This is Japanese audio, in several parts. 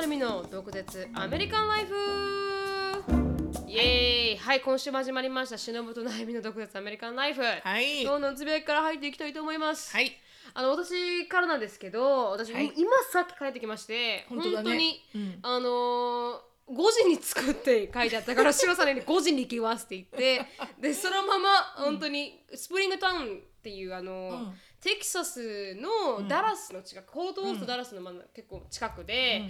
るみの独舌アメリカンライフイエーイはい、今週も始まりました忍と悩みの独舌アメリカンライフ、はい。今日のつぶやきから入っていきたいと思います、はい。あの私からなんですけど私、はい今さっき帰ってきまして本本当,、当だねに、うんあのー5時に作って書いてあったから白さ んに5時に行きますって言ってでそのまま本当にスプリングタウンっていうあのーうんテキサスうのんダラスの近く、フォートウォースとダラスの、まあ、結構近くで、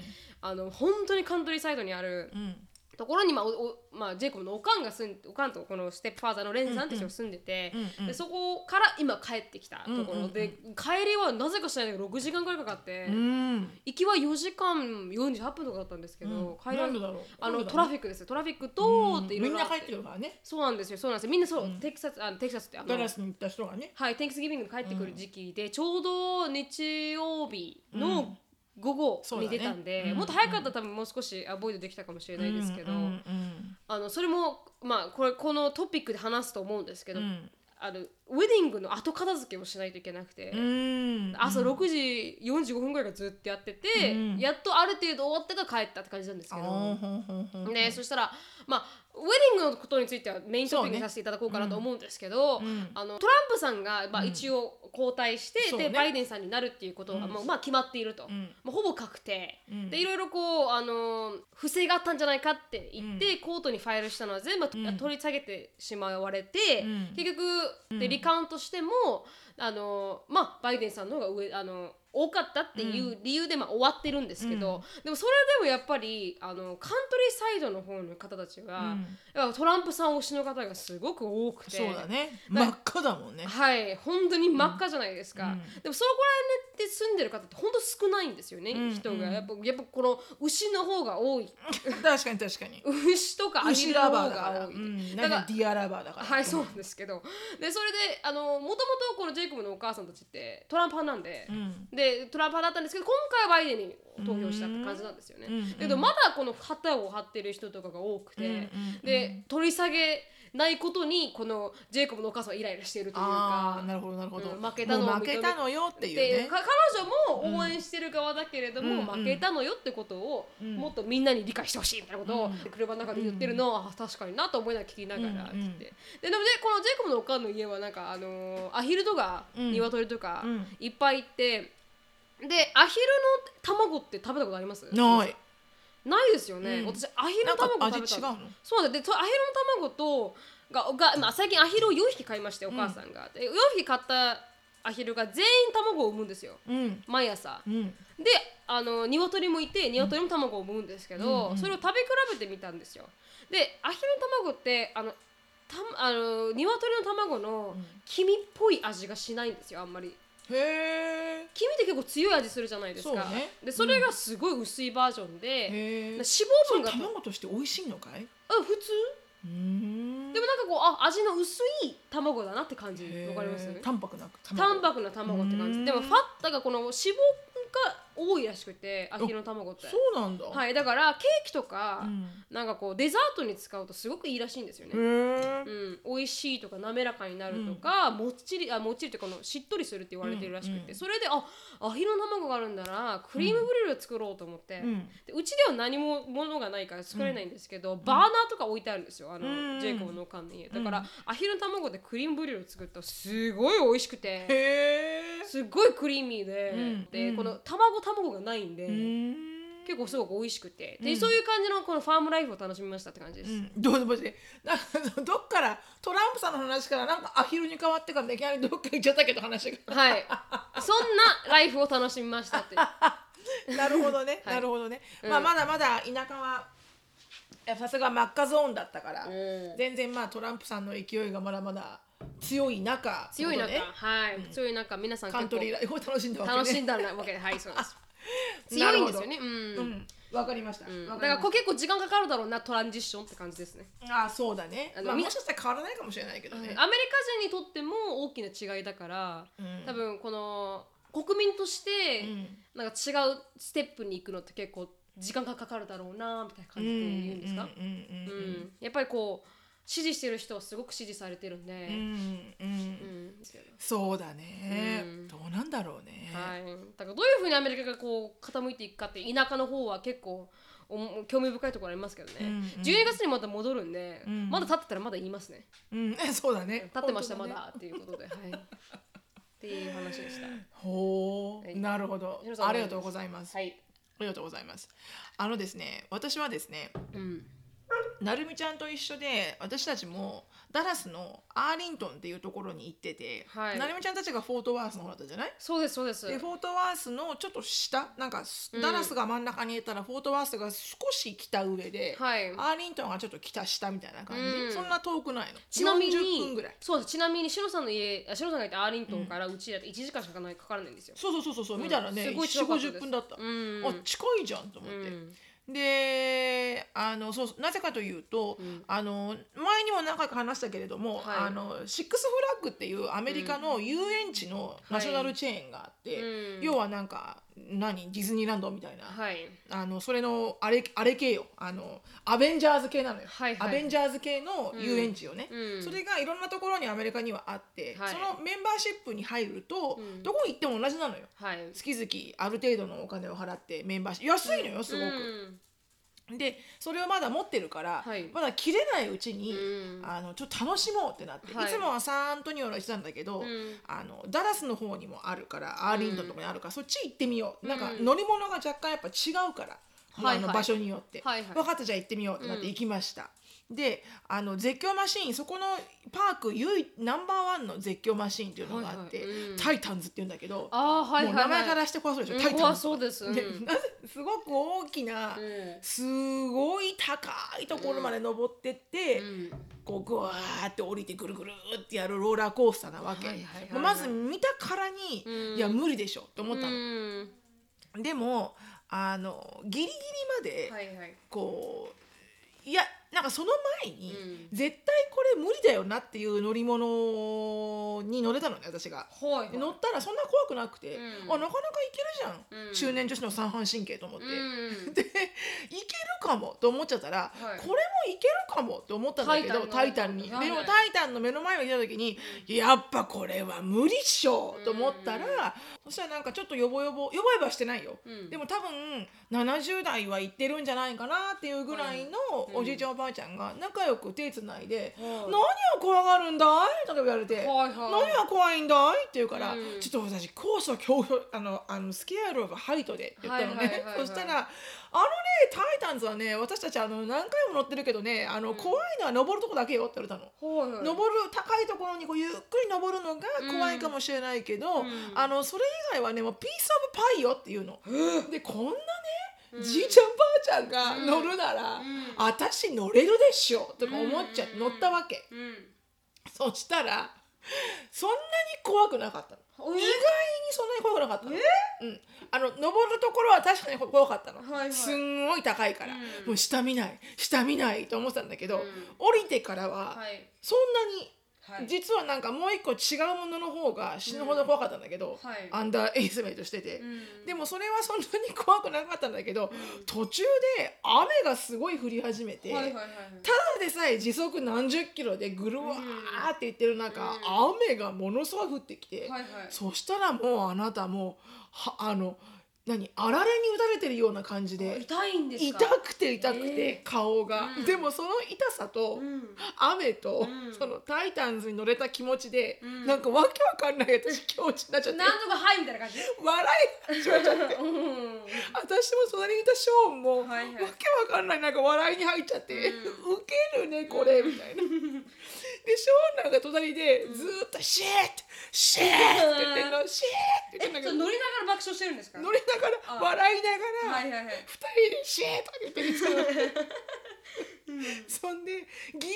あの本当にカントリーサイドにあるうん。ところに、まあおおまあ、ジェイコブのおかんが住んおかんとこのステップファーザーのレンさんって人が住んでて、うんうんうんでそこから今帰ってきたところ、うんうんうんで帰りはなぜか知らないけど6時間くらいかかって、うん。行きは4時間48分とかだったんですけど、帰りはなんでだろう。あのトラフィックですよトラフィックうとんっていろみいんろなあっ帰っててくるからね。そうなんですよそうなんですよみんなそう、うんテキサスあのテキサスってあのガラスに行った人がね。はい、天気スギビングに帰ってくる時期で、ちょうど日曜日の午後に出たんで、そうだねうんもっと早かったら多分もう少しアボイドできたかもしれないですけど、うんうんあのそれもまあこれこのトピックで話すと思うんですけうど、ん。あのウェディングの後片付けをしないといけなくて。うん朝6時45分ぐらいからずっとやってて、うんやっとある程度終わってから帰ったって感じなんですけあど、ーほんほんほんほんね、そしたら、まあ、ウェディングのことについてはメイントピックにさせていただこうかなと思うんですけど、うんあのトランプさんが、まあ、うん一応交代して、そうでねバイデンさんになるっていうことが、うんもうまあ、決まっていると、うんもうほぼ確定。うんでいろいろこう、あの不正があったんじゃないかって言って、コートにファイルしたのは全部と、うん取り下げてしまわれて、うん結局でリカウントしても、あのまあ、バイデンさんの方が上あの多かったっていう理由で、まあ、終わってるんですけど、でもそれでもやっぱりあのカントリーサイドの方の方たちが、うんやっぱトランプさん推しの方がすごく多くて。そうだね。だ真っ赤だもんね。はい本当に真っ赤じゃないですか、うんでもそこら辺で住んでる方って本当少ないんですよね、うん人がうんやっぱやっぱこの牛の方が多い確かに確かに。牛と かアヒ ル牛のラ方バーだから。がう多いんだかなんらかディアラバーだから。はいそうなんですけどでそれであのもともとこのジェイコブのお母さんたちってトランプ派なんでう、ん。でトランプ派だったんですけど今回はバイデンに投票したって感じなんですよね、うんうんだけどまだこの旗を張ってる人とかが多くて、うんうんで取り下げないことにこのジェイコブのお母さんはイライラしているというあかあ、なるほどなるほど。うん負けたのを認めもう負けたのよっていうでね。か彼女も応援してる側だけれども、うん負けたのよってことを、うんもっとみんなに理解してほしいみたいなことを、うん車の中で言ってるのは、あ確かになと思いながら聞きながらって言って、うんうんででもねこのジェイコブのおかんの家はなんか、あのーアヒルとかうん鶏とか、うんいっぱいいてでアヒルの卵って食べたことありますない。ないですよね、うん私アヒルなのんか卵食べた味違うの。そうなんですでそアヒルの卵とがが、まあ、最近アヒルを4匹買いましてお母さんが、で4匹買ったアヒルが全員卵を産むんですようん毎朝うん。であの鶏もいて鶏も卵を産むんですけど、うんうんそれを食べ比べてみたんですよでアヒルの卵ってあのたあの鶏の卵のうん黄身っぽい味がしないんですよあんまりへえ。黄身って結構強い味するじゃないですかそうねでそれがすごい薄いバージョンで、へ脂え。肪分がと卵として美味しいのかい？あ普通うーんでもなんかこうあ味の薄い卵だなって感じへーわかります淡白な淡白な卵って感うじんでもファッタがこの脂肪が多いらしくてアヒルの卵ってそうなんだい、はいだからケーキとか、うんなんかこうデザートに使うとすごくいいらしいんですよね、へうん、美味しいとか滑らかになるとか、もっちりあもっちりってこのしっとりするって言われてるらしくて、うんうんそれであアヒルの卵があるんだなクリームブリュレを作ろうと思って、えうんでうちでは何もものがないから作れないんですけど、バーナーとか置いてあるんですよあの、うんジェイコブのおかんの家うだんから、アヒルの卵でクリームブリュレを作ったらすごい美味しくてへえすっごいクリーミーで、うんで、うんこの卵卵がないんで、うん結構すごく美味しくてで、うんそういう感じのこのファームライフを楽しみましたって感じです、うんどうでもしてなんかどっからトランプさんの話からなんかアヒルに変わってからいきなりどっか行っちゃったけど話が はいそんなライフを楽しみましたって なるほどね、はいなるほどね、うんまあまだまだ田舎はいやさすが真っ赤ゾーンだったから、うん全然まあトランプさんの勢いがまだまだ強い中強い中、ってことねはい、強い中皆さんカン結ト構リーライフを楽しんだわけね楽しんだわけではいそうです 強いんですよねうんうんわかりました。うんわだかりらましたこう結構時間かかるだろうなトランジッションって感じですねあそうだねあ。のまあ、みもしかしたら変わらないかもしれないけどアメねリ。カ人にとっても大きな違いだから、うん多分この国民としてうんなんか違うステップに行くのって結構時間がかかるだろうなみたいな感じで言うんですか、うんうんうんうんやっぱりこう支持してる人はすごく支持されてるんうんうで、んうんうんですけどそうだねうん。どうなんだろうね。はい、だからどういうふうにアメリカがこう傾いていくかって田舎の方は結構おも興味深いところありますけどね、うんうん12月にまた戻るんで、うんまだ立ってたらまだ言いますねうん、えそうだね立ってました、ま本当ねだっていうことで、はい、っていう話でした。ほう、はいなるほどヒロさんありがとうございます、はい、ありがとうございますあのですね私はですねうん、なるみちゃんと一緒で私たちもダラスのアーリントンっていうところに行ってて、はいなるみちゃんたちがフォートワースの方だったじゃないそうですそうです。でフォートワースのちょっと下なんかすうんダラスが真ん中にいたらフォートワースが少し北上で、はい。アーリントンがちょっと北下みたいな感じ、うんそんな遠くないのちなみに40分ぐらいそうですちなみにシロさんの家、あシロさんがいたアーリントンからうちだって1時間しかかないかからないんですよ。そうそうそうそうそう、うん見たらねす4ごい近かったです50分だった、うん。あ近いじゃんと思って、うんであのそうなぜかというと、うんあの前にも何回か話したけれども、はいあのシックスフラッグっていうアメリカの遊園地のナショナルチェーンがあって、うん要はなんか何ディズニーランドみたいな、はい。あのそれのあれあれ系よあのアベンジャーズ系なのよ、はいはいアベンジャーズ系の遊園地をね、うんそれがいろんなところにアメリカにはあって、はいそのメンバーシップに入ると、うんどこ行っても同じなのよはい。月々ある程度のお金を払ってメンバーシップ安いのよすごく。うんでそれをまだ持ってるから、はいまだ切れないうちに、うんあのちょっと楽しもうってなって、はいい、つもはサントニオの行ってたんだけど、うんあのダラスの方にもあるからアーリントンとかにあるから、そっち行ってみよう、なんかうん乗り物が若干やっぱ違うから、はいはいあの場所によって、はいはい分かったじゃあ行ってみようってなって行きました。であの絶叫マシーンそこのパーク唯一ナンバーワンの絶叫マシーンっていうのがあって、はいはいうんタイタンズっていうんだけど、あーはいはいもはう名い。前からして怖そうでしょ、うんタイタン怖ズそうです。うんでなぜすごく大きな、うんすごい高いところまで登ってって、うんこうグワーって降りてぐるぐるってやるローラーコースターなわけ、はいはいはいはいもうまず見たからに、うんいや無理でしょと思ったうの、んでもあのギリギリまで、はいはい。こういやなんかその前に、う絶対これ無理だよなっていう乗り物に乗れたのね私が。はいはい。乗ったらそんな怖くなくて、うんあなかなかいけるじゃん、うん中年女子の三半神経と思って、うんでいけるかもと思っちゃったら、はいこれもいけるかもと思ったんだけどタタイイタタンンのに。ではいもタイタンの目の前を来た時にやっぱこれは無理っしょと思ったら、うんそしたらなんかちょっとよぼよぼよぼよぼはしてないよ、うんでも多分70代はいってるんじゃないかなっていうぐらいのうんおじいちゃんおばあちゃんが仲良く手つないで「はい何を怖がるんだい?」とか言われて。はいはい。何が怖いんだいって言うから、うんちょっと私高所恐怖あのあのスケアローブハイトでって言ったのね、はいはいはいはいそしたら「あのねタイタンズはね私たちあの何回も乗ってるけどねあの、怖いのは登るとこだけよ」って言われたの。はいはい。登る高いところにこうゆっくり登るのが怖いかもしれないけど、うんうんあのそれ以外はねもうピース・オブ・パイよっていうの。でこんなね、うんじいちゃんばあちゃんが乗るなら、うん私乗れるでしょとか思っちゃってうん乗ったわけ。うん。そしたらそんなに怖くなかったのお意外えにそんなに怖くなかったの,、うん、あの登るところは確かに怖かったの、はいはいすんごい高いから、うんもう下見ない下見ないと思ってたんだけうど、ん降りてからははい。そんなに、はい。実はなんかもう一個違うものの方が死ぬほど怖かったんだけど、うんはいアンダーエイスメイトしてて、うんでもそれはそんなに怖くなかったんだけど、途中で雨がすごい降り始めて、はいはいはいはい。ただでさえ時速何十キロでぐるわーって言ってる中、雨がものすごい降ってきて、はいはいそしたらもうあなたもうはあの何あられに打たれてるような感じで痛いんです痛か。くて痛くて、え顔が、うんでもその痛さと、うん。雨と、うんそのタイタンズに乗れた気持ちで、うんなんかわけわかんない私気持ちになっちゃってなんとかはいみたいな感 じ。笑い始めちゃって。うん。私も隣にいたショーンも、はいはいわけわかんないなんか笑いに入っちゃって、うウケるねこれみたいな。でショーンなんか隣でずーっと「シェーッシェーッ!」って言ってんの「シェーッ!」って言ってんだえ、けそれど乗りながら爆笑してるんですか。乗りながら笑いながら、はいはいはい。二人で「シェー!」とか言ってるんですよそんでギリギ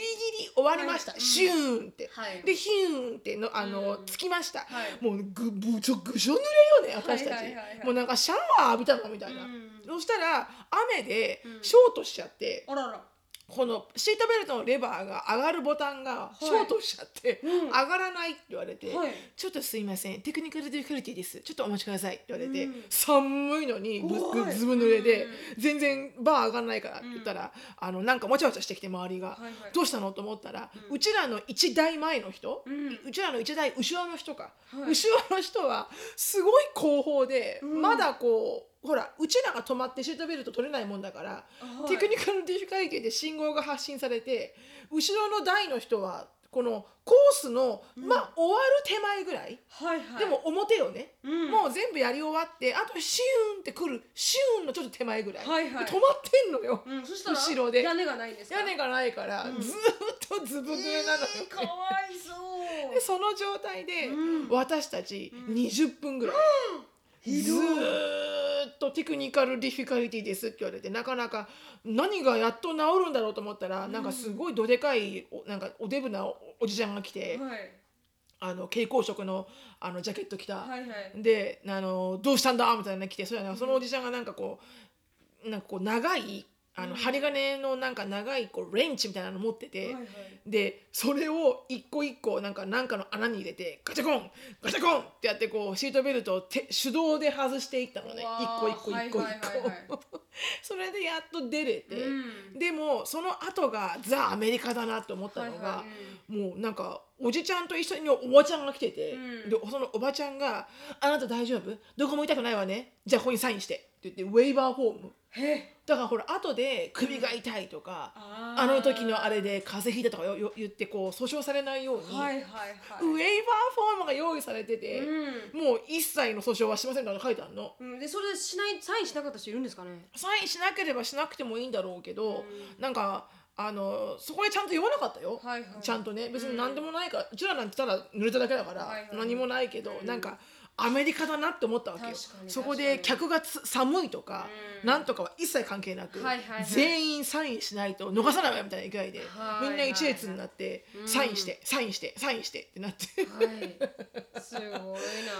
リ終わりました、はいシューンって、はいでヒューンってのあの、うんつきました、はいもうぐぶちょぐしょ濡れよね私たち、はいはいはいはいもうなんかシャワー浴びたのみたいな、うんそしたら雨でんショートしちゃって、あらら。このシートベルトのレバーが上がるボタンがいショートしちゃって、うん上がらないって言われて、はいちょっとすいませんテクニカルディフィカルティですちょっとお待ちください」って言われて、うん寒いのにぐ怖いぐずぶ濡れでうん全然バー上がらないからって言ったら、あのなんかもちゃもちゃしてきて周りが、はいはいどうしたのと思ったら、ううんちらの一台前の人、うんうちらの一台後ろの人か、はい後ろの人はすごい後方で、うんまだこうほらうちらが止まってシートベルト取れないもんだから。はいテクニカルディフィカルティで信号が発信されて後ろの台の人はこのコースの、うんまあ終わる手前ぐらい、はいはいでも表よね、うんもう全部やり終わってあとシューンってくるシューンのちょっと手前ぐらい、はいはいで止まってんのよ、うんそしたら後ろで屋根がないんですか屋根がないから、うんずーっとずぶ濡れなのよ、えーかわいそうでその状態で、うん私たちうん20分ぐらい、ひずどいーっとテクニカルディフィカルティですって言われてなかなか何がやっと治るんだろうと思ったら、うんなんかすごいどでかいおなんかおデブなおおじちゃんが来て、はいあの蛍光色のあのジャケット着た、はいはいであの「どうしたんだ?」みたいなの来てそれはねそのおじちゃんがなんかこうなんかこう長いあうのん針金のなんか長いこうレンチみたいなの持ってて。はいはいでそれを一個一個なんかなんかの穴に入れてガチャコンガチャコンってやってこうシートベルトを手手動で外していったのねうわー一個一個一個一個、はいはいはいはいそれでやっと出れて、うんでもその後がザ・アメリカだなと思ったのが、はいはいもうなんかおじちゃんと一緒におばちゃんが来てて、うんでそのおばちゃんが「あなた大丈夫どこも痛くないわねじゃあここにサインして」って言ってウェイバーフォームへだからほら後で首が痛いとか、あーあの時のあれで風邪ひいたとかよよ言ってこう訴訟されないように、はいはいはいウェイバーフォームが用意されてて、もう一切の訴訟はしませんから書いてあるの。うんうんでそれでしないサインしなかった人いるんですかねサインしなければしなくてもいいんだろうけど、うなんかあのそこでちゃんと言わなかったよ、はいはいちゃんとね別に何でもないから、うちらなんてただ濡れただけだから、はいはい何もないけど、うんなんかアメリカだなって思ったわけよ確かにそこで確客がつ寒いとか、うんなんとかは一切関係なく、はいはいはい全員サインしないと逃さないわよみたいな勢いで、はいみんな一列になって、うんサインしてサインしてサインしてってなってはいすごい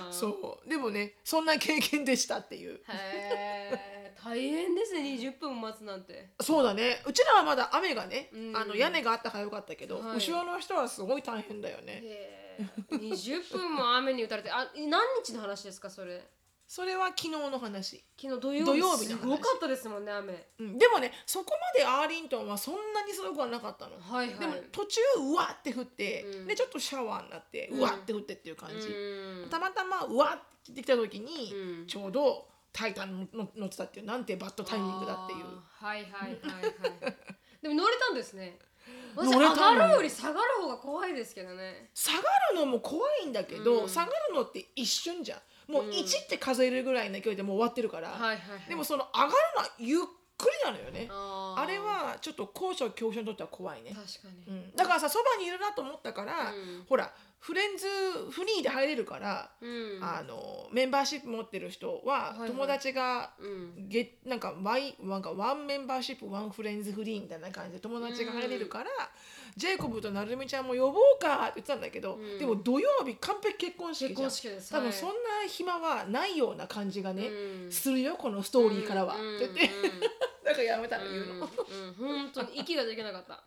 な そうでもねそんな経験でしたっていうへえ大変ですね20分も待つなんてそうだねうちらはまだ雨がね、うんあの屋根があったからよかったけど、はい後ろの人はすごい大変だよねへえ20分も雨に打たれてあ何日の話ですかそれそれは昨日の話、昨日土曜日土曜日すの話ごかったですもんね雨うん、でもねそこまでアーリントンはそんなにすごくはなかったの、はいはいでも途中うわって降って、うんでちょっとシャワーになってうんうわって降ってっていう感じ、うんたまたまうわって来た時に、うんちょうど「タイタン」の乗ってたっていうなんてバッドタイミングだっていうあーはいはいはいはいでも乗れたんです ね私乗上れたのがるより下がる方が怖いですけどね下がるのも怖いんだけど、うん下がるのって一瞬じゃんもううん1って数えるぐらいの勢いでもう終わってるから、はいはいはいでもその上がるのはゆっくりなのよねあーあれはちょっと高所恐怖症にとっては怖いね確、かに、うん、だからさそばにいるなと思ったから、うんほらフレンズフリーで入れるから、うんあのメンバーシップ持ってる人ははいはい友達がうんゲなんかワイなんかワンメンバーシップワンフレンズフリーみたいな感じで友達が入れるから、ジェイコブとなるみちゃんも呼ぼうかって言ってたんだけど、うんでも土曜日完璧結婚式結じゃ婚ん式です多分そんはな暇はないような感じがねい、うんするよこのストーリーからは、うんって言ってうんだからやめたの言うの、うんうん本当に息ができなか った。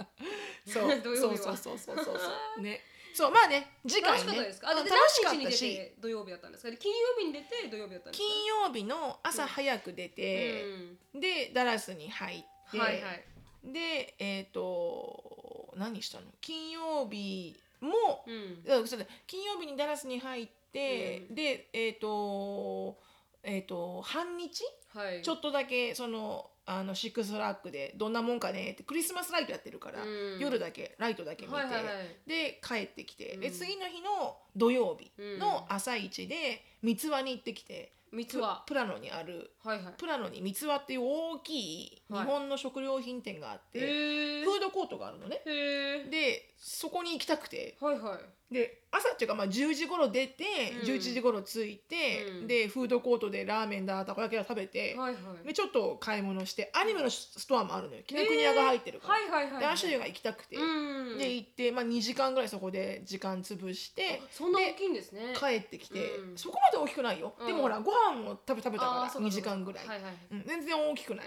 そう 土曜日はそうそうそうそうそうそうねそうまあね次回楽しかねったですか？あ、でうん楽しか何日にった出して土曜日だったんですか？で金曜日に出て土曜日だったんです金か？曜日の朝早く出て、でダラスに入っうて、ん、はいはい。でえっ、と何したの金曜日も、うん。うん、そうだ金曜日にダラスに入って、うんでえっ、とえっ、と半日はい。ちょっとだけそのあのシックストラックでどんなもんかねってクリスマスライトやってるから、うん夜だけライトだけ見て、はいはいはい。で帰ってきて、うでん次の日の土曜日の朝一で三つ輪に行ってきて、三つは。プラノにあるはいはい。プラノに三つ輪っていう大きい日はい本の食料品店があって、へえ。フードコートがあるのね。へえ。でそこに行きたくてはいはい。で朝っていうかまあ10時頃出て、うん11時頃着いて、うんでフードコートでラーメンだたこ焼きだ食べて、はいはい。でちょっと買い物してアニメのストアもあるのよ紀ノ国屋が入ってるから、はいはいはい。でアシュリーが行きたくて、うん。で行って、まあ、2時間ぐらいそこで時間潰してそんな大きいんですね。帰ってきて、うんそこまで大きくないよ、うんでもほらご飯を食べ食べたかあーらそうかそうか2時間ぐらい、はいはい。うん全然大きくない、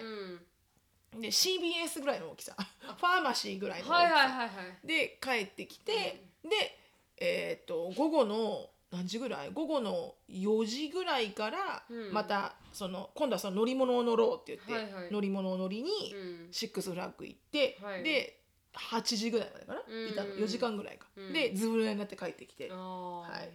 うん。で CBS ぐらいの大きさファーマシーぐらいの大きはいさ、はいはいはいで帰ってきて、でえーっと午後の何時ぐらい午後の4時ぐらいからうんまたその今度はその乗り物を乗ろうって言って、はいはい乗り物を乗りにうんシックスフラッグ行って、はいで8時ぐらいまでかな、うんいたの4時間ぐらいか、うんでズブ濡れになって帰ってきてあ、ーはい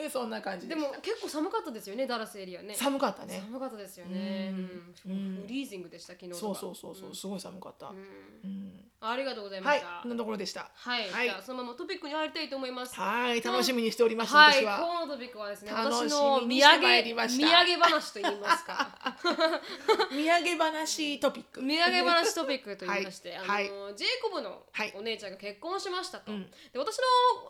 うん、 そんな感じでしたも結構寒かったですよねダラスエリアね寒かったね寒かったですよねうんうんうんフリージングでした昨日とかそうそうそうそう、すごい寒かった、うんうんありがとうございまはしいたこんなところでしたはい、はいじゃあそのままトピックに入りたいと思いますはい楽しみにしておりました、はい、私は今日のトピックはですね、楽私しみにの土産してまいりま土した産話と言いますか、土産話トピック土産話トピックと言いまして、はいあの、はいジェイコブのはいお姉ちゃんが結婚しましたと。うんで、私の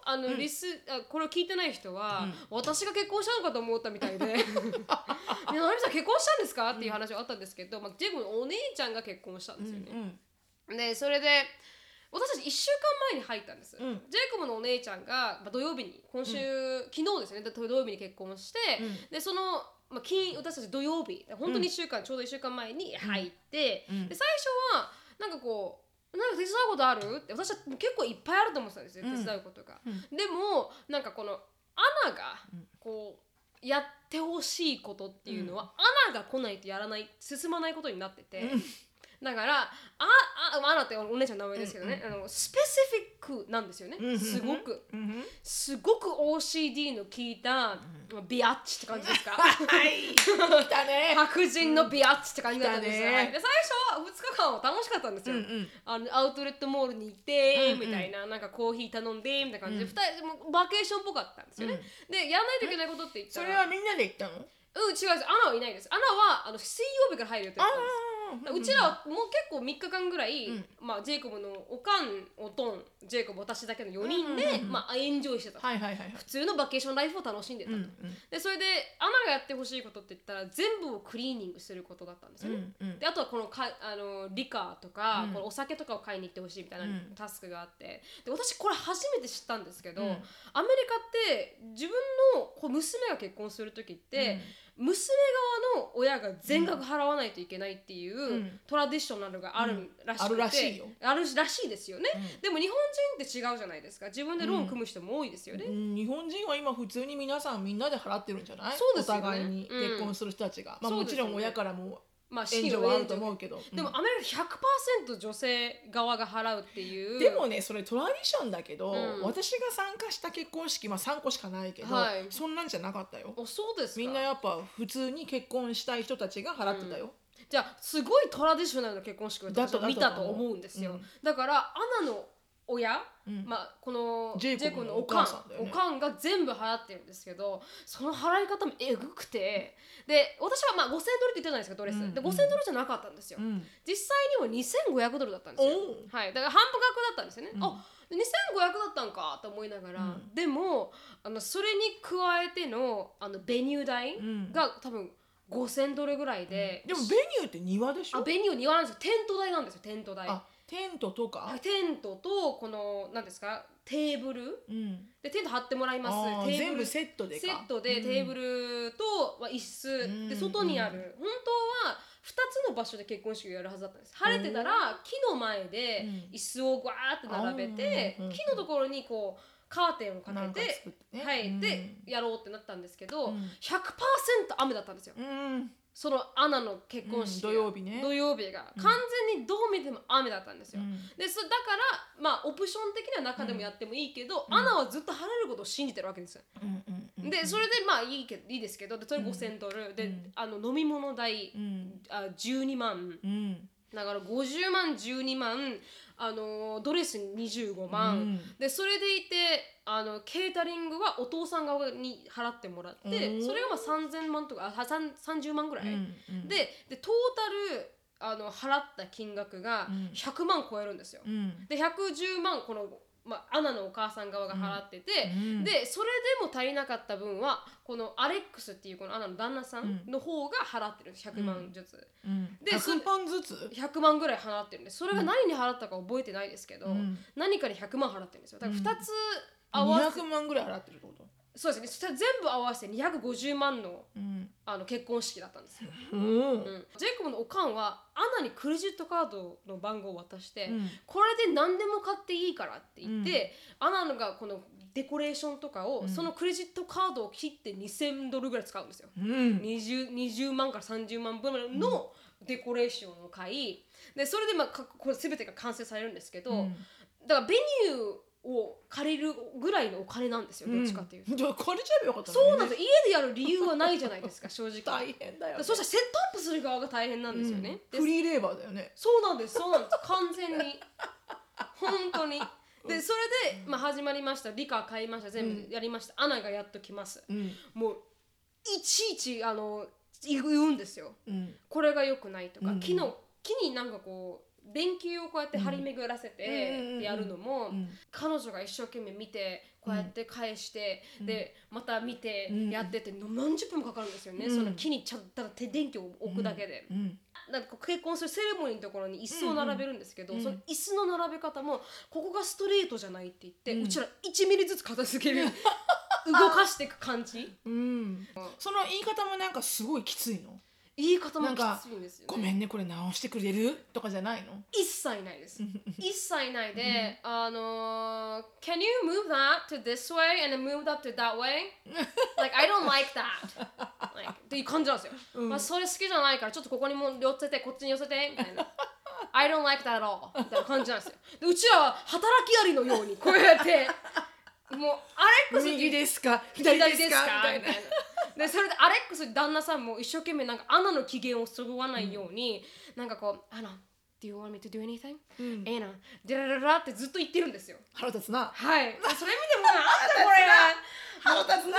あの、リスあこれを聞いてない人は、私が結婚したのかと思ったみた いで、ね、あのさん結婚したんですかっていう話があったんですけど、まあジェイコブのお姉ちゃんが結婚したんですよね。でそれで私たち1週間前に入ったんです、うんジェイコブのお姉ちゃんが、まあ、土曜日に今週、昨日ですね土曜日に結婚して、うんでその、まあ、金私たち土曜日本当に1週間、ちょうど1週間前に入って、うんで最初はなんかこうなんか手伝うことあるって私は結構いっぱいあると思ってたんですようん手伝うことが、うんでもなんかこのアナがこうやってほしいことっていうのは、アナが来ないとやらない進まないことになってて、うんだからああアナってお姉ちゃんの名前ですけどね、あのスペシフィックなんですよね、うんうんうんすごくうんうんすごく OCD の効いた、ビアッチって感じです かはい来たね白人のビアッチって感じだったんですよ、うんはいで最初は2日間は楽しかったんですうんよ、うんあのアウトレットモールに行って、うんうんみたいななんかコーヒー頼んでみたいな感じで、うん二人でもうバケーションっぽかったんですよね、でやらないといけないことって言ったそられはみんなで行ったのうん違うですアナはいないですアナはあの水曜日から入る予定だったんですあうちらはもう結構3日間ぐらい、うんまあ、ジェイコブのおかんおとんジェイコブ私だけの4人で、うんうんうんまあ、エンジョイしてた、はいはいはいはい普通のバケーションライフを楽しんでたうと、んでそれでアナがやってほしいことって言ったら全部をクリーニングすることだったんですうよね、んうんであとはこのかあのリカーとか、うんこのお酒とかを買いに行ってほしいみたいなうんタスクがあってで私これ初めて知ったんですけど、うアんメリカって自分のこう娘が結婚する時って、娘側の親が全額払わないといけないっていう、うんトラディショナルがあるらしくて、うんあるらしいよあるらしいですよね、うんでも日本人って違うじゃないですか自分でローン組む人も多いですよね、うん日本人は今普通に皆さんみんなで払ってるんじゃないそうですよおね互いにうん結婚する人たちがそまあうもですちよろねん親からもまあ資援金助をはあると思うけどでもうんアメリカ100%女性側が払うっていうでもねそれトラディションだけどうん私が参加した結婚式まあ3個しかないけどはいそんなんじゃなかったよあそうですかみんなやっぱ普通に結婚したい人たちが払ってたよじゃあすごいトラディショナルな結婚式をだ私とは見たと思うんですよ、うんだからアナの親、うんまあ、このジェイコブブののおかんお母さんだよおねかんが全部払ってるんですけどその払い方もえぐくてで私はまあ5000ドルって言ってたじゃないですかドレス、うんで5000ドルじゃなかったんですよ、うん実際には2500ドルだったんですよおう、はい、だから半分額だったんですよね、うんあ2500だったんかと思いながら、うんでもあのそれに加えてのあのベニュー代うんが多分5000ドルぐらいで、でもベニューって庭でしあょベニューに言わないんですよテント代なんですよテント代あテントとはかいテントとこの何ですかテーブルうんでテント張ってもらいまあすーテー全ブ部ルセットでかセットでテーブルと、まあ、椅子、んで外にある本当は2つの場所で結婚式をやるはずだったんです晴れてたら木の前でうん椅子をわーって並べて、あーうんうんうん木のところにこうカーテンをかなんけかて作ってねはい、うんでやろうってなったんですけど、うん100%雨だったんですようんそのアナの結婚式が、うん土曜日ね土曜日がうん完全にどう見ても雨だったんですうよ、んでそだからまあオプション的には中でもやってもいいけど、うんアナはずっと払えることを信じてるわけですよ、うんうんうんでそれでまあいいけどいいですけどでそれうん5000ドル、でうんあの飲み物代、うんあ12万うんだから50万12万あのドレスに25万、うんでそれでいてあのケータリングはお父さん側に払ってもらって、うんそれがまあ3000万とかあさん30万ぐらい、うんうんででトータルあの払った金額がうん100万超えるんですよ。うんで110万この、まあ、アナのお母さん側が払ってて、うんでそれでも足りなかった分はこのアレックスっていうこのアナの旦那さんの方が払ってるんです100万ずつ、うんでそれ100万ずつ100万ぐらい払ってるんでそれが何に払ったか覚えてないですけど、うん何かに100万払ってるんですよだから2つ合わせ、 200万ぐらい払ってるってことそうですねそしたら全部合わせて250万のうんあの結婚式だったんですよ、うんうん、ジェイコブのおかんはアナにクレジットカードの番号を渡して、うんこれで何でも買っていいからって言って、アナのがこのデコレーションとかを、うんそのクレジットカードを切って2000ドルぐらい使うんですよ。うん、 20, 20万から30万分のデコレーションを買いでそれで、まあ、かこれ全てが完成されるんですけど、だからベニューを借りるぐらいのお金なんですよどっちかっていうと、んじゃあ借りちゃえばよかったのにそうねなんですよ家でやる理由はないじゃないですか正直大変だよ、ね、そうしたらセットアップする側が大変なんですよね、うでんフリーレーバーだよねそうなんですそうなんです完全に本当にでそれで、まあ、始まりました理科買いました全部やりました、アナがやっと来ますうんもういちいちあの言うんですようんこれが良くないとか、うん木の木になんかこう電球をこうやって張り巡らせうんうんうんてうんやるのも、うん彼女が一生懸命見てこうやって返して、でまた見てうんやってって何十分もかかるんですよね、うんその木にちゃんただ手電球を置くだけで、うんなんかこう結婚するセレモニーのところに椅子を並べるんですけど、うんうんその椅子の並べ方もここがストレートじゃないって言って、ううんちら1ミリずつ片付 ける動かしていく感じうん、その言い方もなんかすごいきついの、言い方もなんきかついんですよね。ごめんねこれ直してくれるとかじゃないの一切ないです。一切ないで、あのー、Can you move that to this way and then move that to that way? like, I don't like that. Like, っていう感じなんですよ。うんまあ、それ好きじゃないから、ちょっとここにも寄せて、こっちに寄せて、みたいな。I don't like that at all. みたいな感じなんですよ。でうちらは働きありのように、こうやって、もう、アレックス右ですか左左でですすかかみみたたいいな。でそれでアレックス旦那さんも一生懸命なんかアナの機嫌をそぐわないように、なんかこう「アナ Do you want me to do anything?、うんエナデラララ」ってずっと言ってるんですよ。腹立つな はい。それ見てもなんだこれ腹立つななんか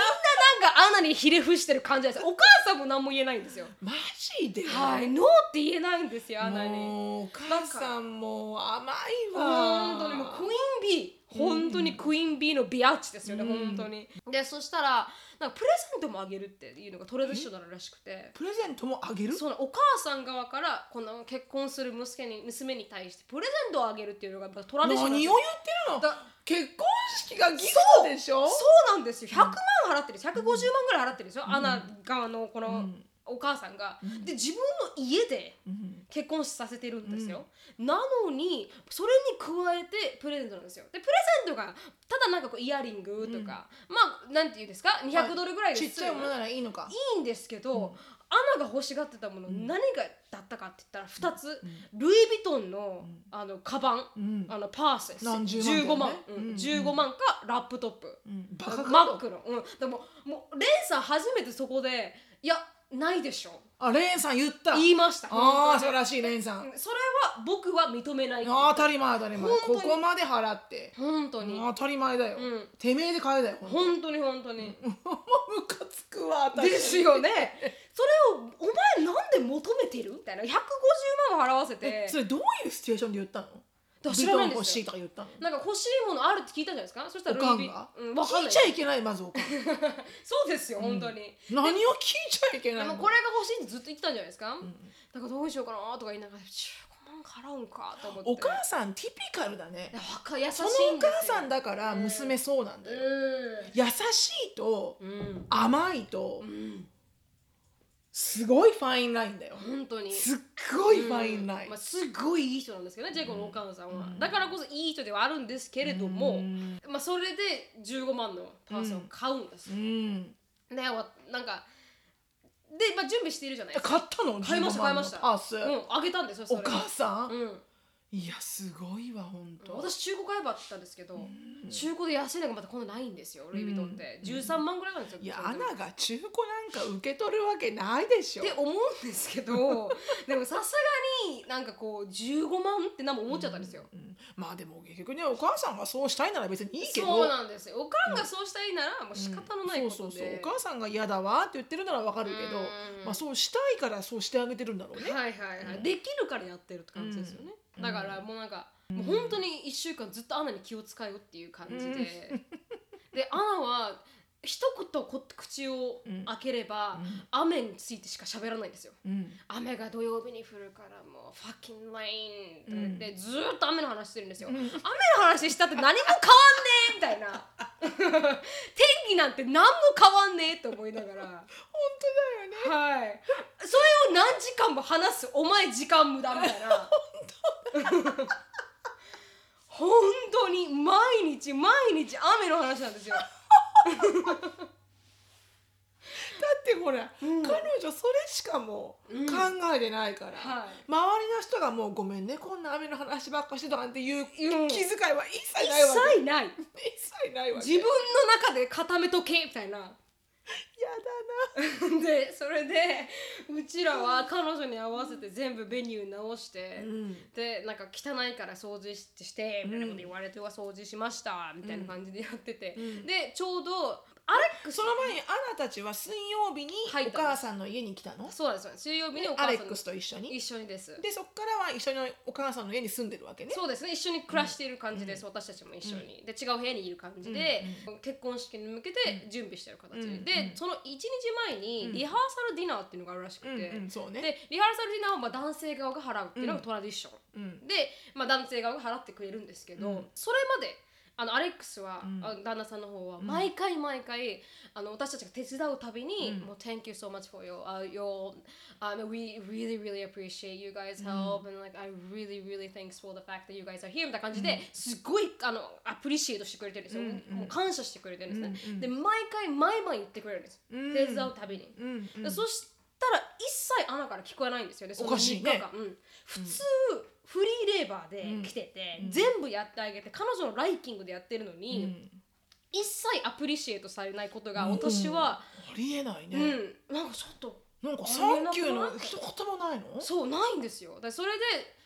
アナにひれ伏してる感じなんですよ。お母さんも何も言えないんですよ。マジで、はい。ノーって言えないんですよアナに。もうお母さんも甘いわ本当にもうクイーンビー本当にクイーンビーのビアッチですよね、本当にでそしたらなんかプレゼントもあげるっていうのがトレディショナルらしくてプレゼントもあげるそうなのお母さん側からこの結婚する娘に娘に対してプレゼントをあげるっていうのがやっぱトラディ何ショをナ言っルてるのだ結婚式がギフトでしょそうなんですよ100万払ってる150万ぐらい払ってるんですよ、アナ側のこのんお母さんが、で自分の家でうん結婚させてるんですよ、なのにそれに加えてプレゼントなんですよでプレゼントがただなんかこうイヤリングとか、まあなんて言うんですか200ドルぐらいでちっすちゃいものならいいのかいいんですけど、うんアナが欲しがってたもの、何がだったかって言ったら2つ、うルイ・ヴィトンの,、あのカバン、うんあのパース何十万15万、だよねうんうん15万かラップトップ、うんバカかマックの、うん、でももうレンさん初めてそこでいやないでしょあレーンさん言った言いましたああ本当素に晴らしいレーンさんうんそれは僕は認めないあー当たり前当たり前本当こにこまで払って本当に当たり前だよ、うんてめえで買えだよほんと本当に本当にもうムカつくわ私ですよねそれをお前なんで求めてるみたいな150万を払わせてえそれどういうシチュエーションで言ったのだから知らないんビトン欲ですしいよとか言ったのなんか欲しいものあるって聞いたじゃないですかそしたおらかルんイが、ヴィうんわかん聞ないいちゃいけないまずおかん そうですよ本当に、何を聞いちゃいけなでいものこれが欲しいってずっと言ってたんじゃないですか、だからどうしようかなとか言いながら15万払うんかと思ってお母さんティピカルだねいやわか優しいんですそよのお母さんだから娘そうなんだよ、優しいとうんうん甘いとうんすごいファインラインだよ本当にすっごいファインライン、まあ、すごいいい人なんですけどねジェイコブのお母さんは、だからこそいい人ではあるんですけれども、うんまあ、それで15万のパーソンを買うんですうよ、んねわなんかで、まあ、準備しているじゃないですか買ったの買いました15万買いのましたパース、うんあげたんですよそおれ母さん、うんいやすごいわ本当。私中古買えばって言ったんですけど、中古で安いのがまた今度ないんですよルイ・ヴィトンって、13万ぐらいなんですよいやそのア時ナが中古なんか受け取るわけないでしょって思うんですけ どでもさすがになんかこう15万ってなんも思っちゃったんですよ、うんまあでも結局ねお母さんがそうしたいなら別にいいけどそうなんですよおかんがそうしたいならもう仕方のないこそうとそうそうで、お母さんが嫌だわって言ってるならわかるけどうんまあそうしたいからそうしてあげてるんだろうね、はいはいはい、できるからやってるって感じですよね、だからもうなんか、もう本当に1週間ずっとアナに気を使えよっていう感じで、でアナは一言こ口を開ければ、う雨についてしか喋らないんですよんうん雨が土曜日に降るからもうファッキンラインとか言って、うずーっと雨の話してるんですよ、うん雨の話したって何も変わんねえみたいな 天気なんて何も変わんねえと思いながら本当だよねはい、それを何時間も話すお前時間無駄みたいな本当に毎日毎日雨の話なんですよだってほら、彼女それしかもう考えてないから、はい周りの人がもう「ごめんねこんな雨の話ばっかして」とかっていう気うん気遣いは一切一ないわけ切ない一切ないわけ自分の中で固めとけみたいなやだなでそれでうちらは彼女に合わせて全部メニュー直して、うんでなんか汚いから掃除ししてうみんたいなこと言われては掃除しましたみたいな感じでやってて、うんでちょうどアレックスその前にアナたちは水曜日に入おったの母さんの家に来たのそうなんですよ水曜日にお母アさレんックスと一緒に一緒にですでそっからは一緒にお母さんの家に住んでるわけねそうですね一緒に暮らしている感じです、私たちも一緒に、で違う部屋にいる感じで、結婚式に向けて準備してる形で、うんでうんその1日前にうんリハーサルディナーっていうのがあるらしくて、うんうんそうねでリハーサルディナーはまあ男性側が払うっていうのがトラディション、うんで、まあ、男性側が払ってくれるんですけど、うんそれまであのアレックスは、うんあの旦那さんの方はうん毎回毎回、あの私たちが手伝うたびに、うんもう Thank you so much for your,、uh, your um, we really really appreciate you guys help、and like I really really thanks for the fact that you guys are here みたいな感じで、うんすごいあのアプリシエイトしてくれてるんですよ、うんうんもう感謝してくれてるんですね、うんうんで毎回毎晩言ってくれるんです、うん手伝うたびに、うんうんでそしたら一切穴から聞こえないんですよねそのおかしいね三日間うん、普通、フリーレーバーで来てて、うん全部やってあげて彼女のライキングでやってるのうに、ん一切アプリシエートされないことがうん私は、ありえないうんねなんかちょっとなんかサンキューの一言もないのそうないんですよだからそれで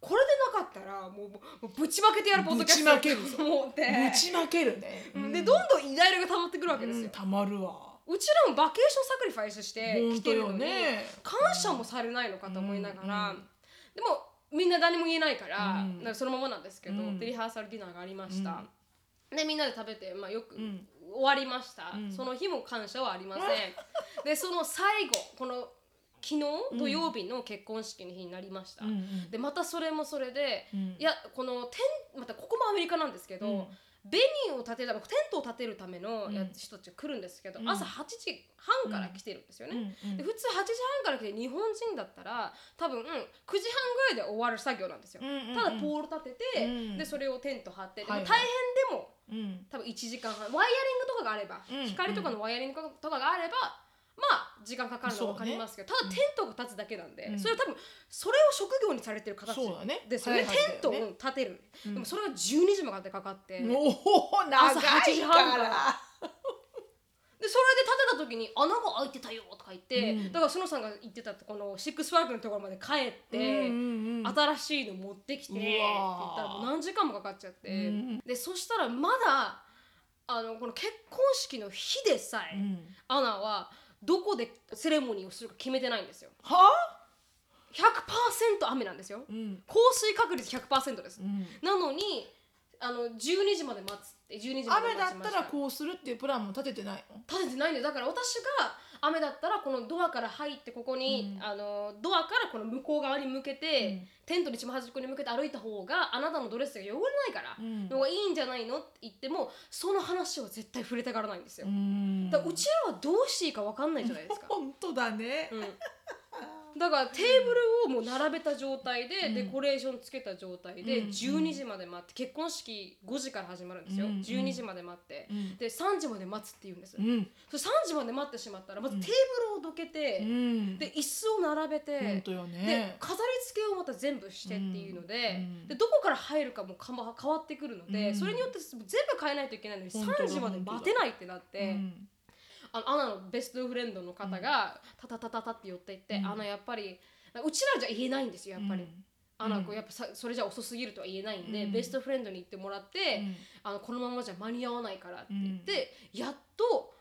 これでなかったらもうもうぶちまけてやるポッドキャストぶちまけるぞと思ってぶちまけるねうんでどんどんイライラが溜まってくるわけですうよん、たまるわうちらもバケーションサクリファイスして来本当てるよのに、ね感謝もされないのかと思いながら、うんうんでもみんな誰も言えないから,、うんそのままなんですけど、うんでリハーサルディナーがありました、でみんなで食べて、まあ、よく、うん終わりました、うんその日も感謝はありません でその最後この昨日土曜日の結婚式の日になりました、うんうんでまたそれもそれで、ういんやこのテンまたここもアメリカなんですけど、うんベニューを建てたテントを建てるためのやつ人たちが来るんですけど、うん朝8時半から来てるんですよね、うんうんで普通8時半から来て日本人だったら多分、うん、9時半ぐらいで終わる作業なんですよ、うんうんうんただポール立てて、うんでそれをテント張って、でもはいはい大変でもうん多分1時間半ワイヤリングとかがあれば、うんうん光とかのワイヤリングとかがあればまあ時間かかるのは分かりますけど、うただねテントが立つだけなんで、うんそれは多分それを職業にされてる形そうだねですよねはいはいテントをだよね立てる、うんでもそれが12時までかかって、でそれでおお長朝8時い半かからら立てた時に穴が開いてたよとか言って、うんだから篠さんが言ってたこのシックスワークのところまで帰って。うんうんうん新しいの持ってきてって言ったらもう何時間もかかっちゃって、うんでそしたらまだあのこの結婚式の日でさえ、うんアナはどこでセレモニーをするか決めてないんですよは100%雨なんですようん降水確率100%です、うんなのにあの12時まで待つって12時まで雨待だちっまたしたらこうするっていうプランも立ててないの立ててないんだよだから私が雨だったらこのドアから入ってここに、うんあのドアからこの向こう側に向けて、うんテントの一番端っこに向けて歩いた方があなたのドレスが汚れないから、うんのがいいんじゃないのって言ってもその話は絶対触れたがらないんですよ、うんだからうちらはどうしていいか分かんないじゃないです か、本当だねうん、だからテーブルをもう並べた状態で、うんデコレーションつけた状態でうん12時まで待って結婚式5時から始まるんですよ、うん12時まで待って、うんで3時まで待つって言うんです、うんそれ3時まで待ってしまったらまずうんテーブルをどけて、うんで椅子を並べて、本当よねで飾り付けをまた全部してっていうので,、うんうんでどこから入るかもかま変わってくるので、うんそれによって全部変えないといけないのに本当だ3時まで待てないってなって、うんあのアナのベストフレンドの方がタタタタタって寄っていって、うんアナやっぱりうちらじゃ言えないんですよやっぱり、うんアナこうやっぱさそれじゃ遅すぎるとは言えないんで、うんベストフレンドに行ってもらって、うんあのこのままじゃ間に合わないからって言って、やっと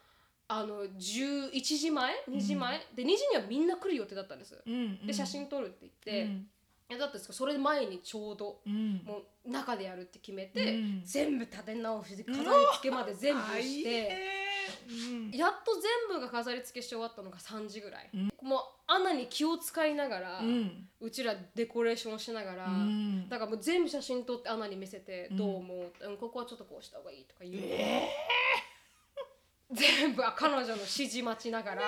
あの11時前2時前、で2時にはみんな来る予定だったんです。うんで写真撮るって言って、うんいやだってですかそれ前にちょうどうんもう中でやるって決めて、うん全部立て直して飾り付けまで全部して、大変うんやっと全部が飾り付けして終わったのが3時ぐらい、うんもうアナに気を使いながら、ううんちらデコレーションしながら、うんだからもう全部写真撮ってアナに見せてうんどう思う、うんここはちょっとこうした方がいいとか言う、え全部彼女の指示待ちながら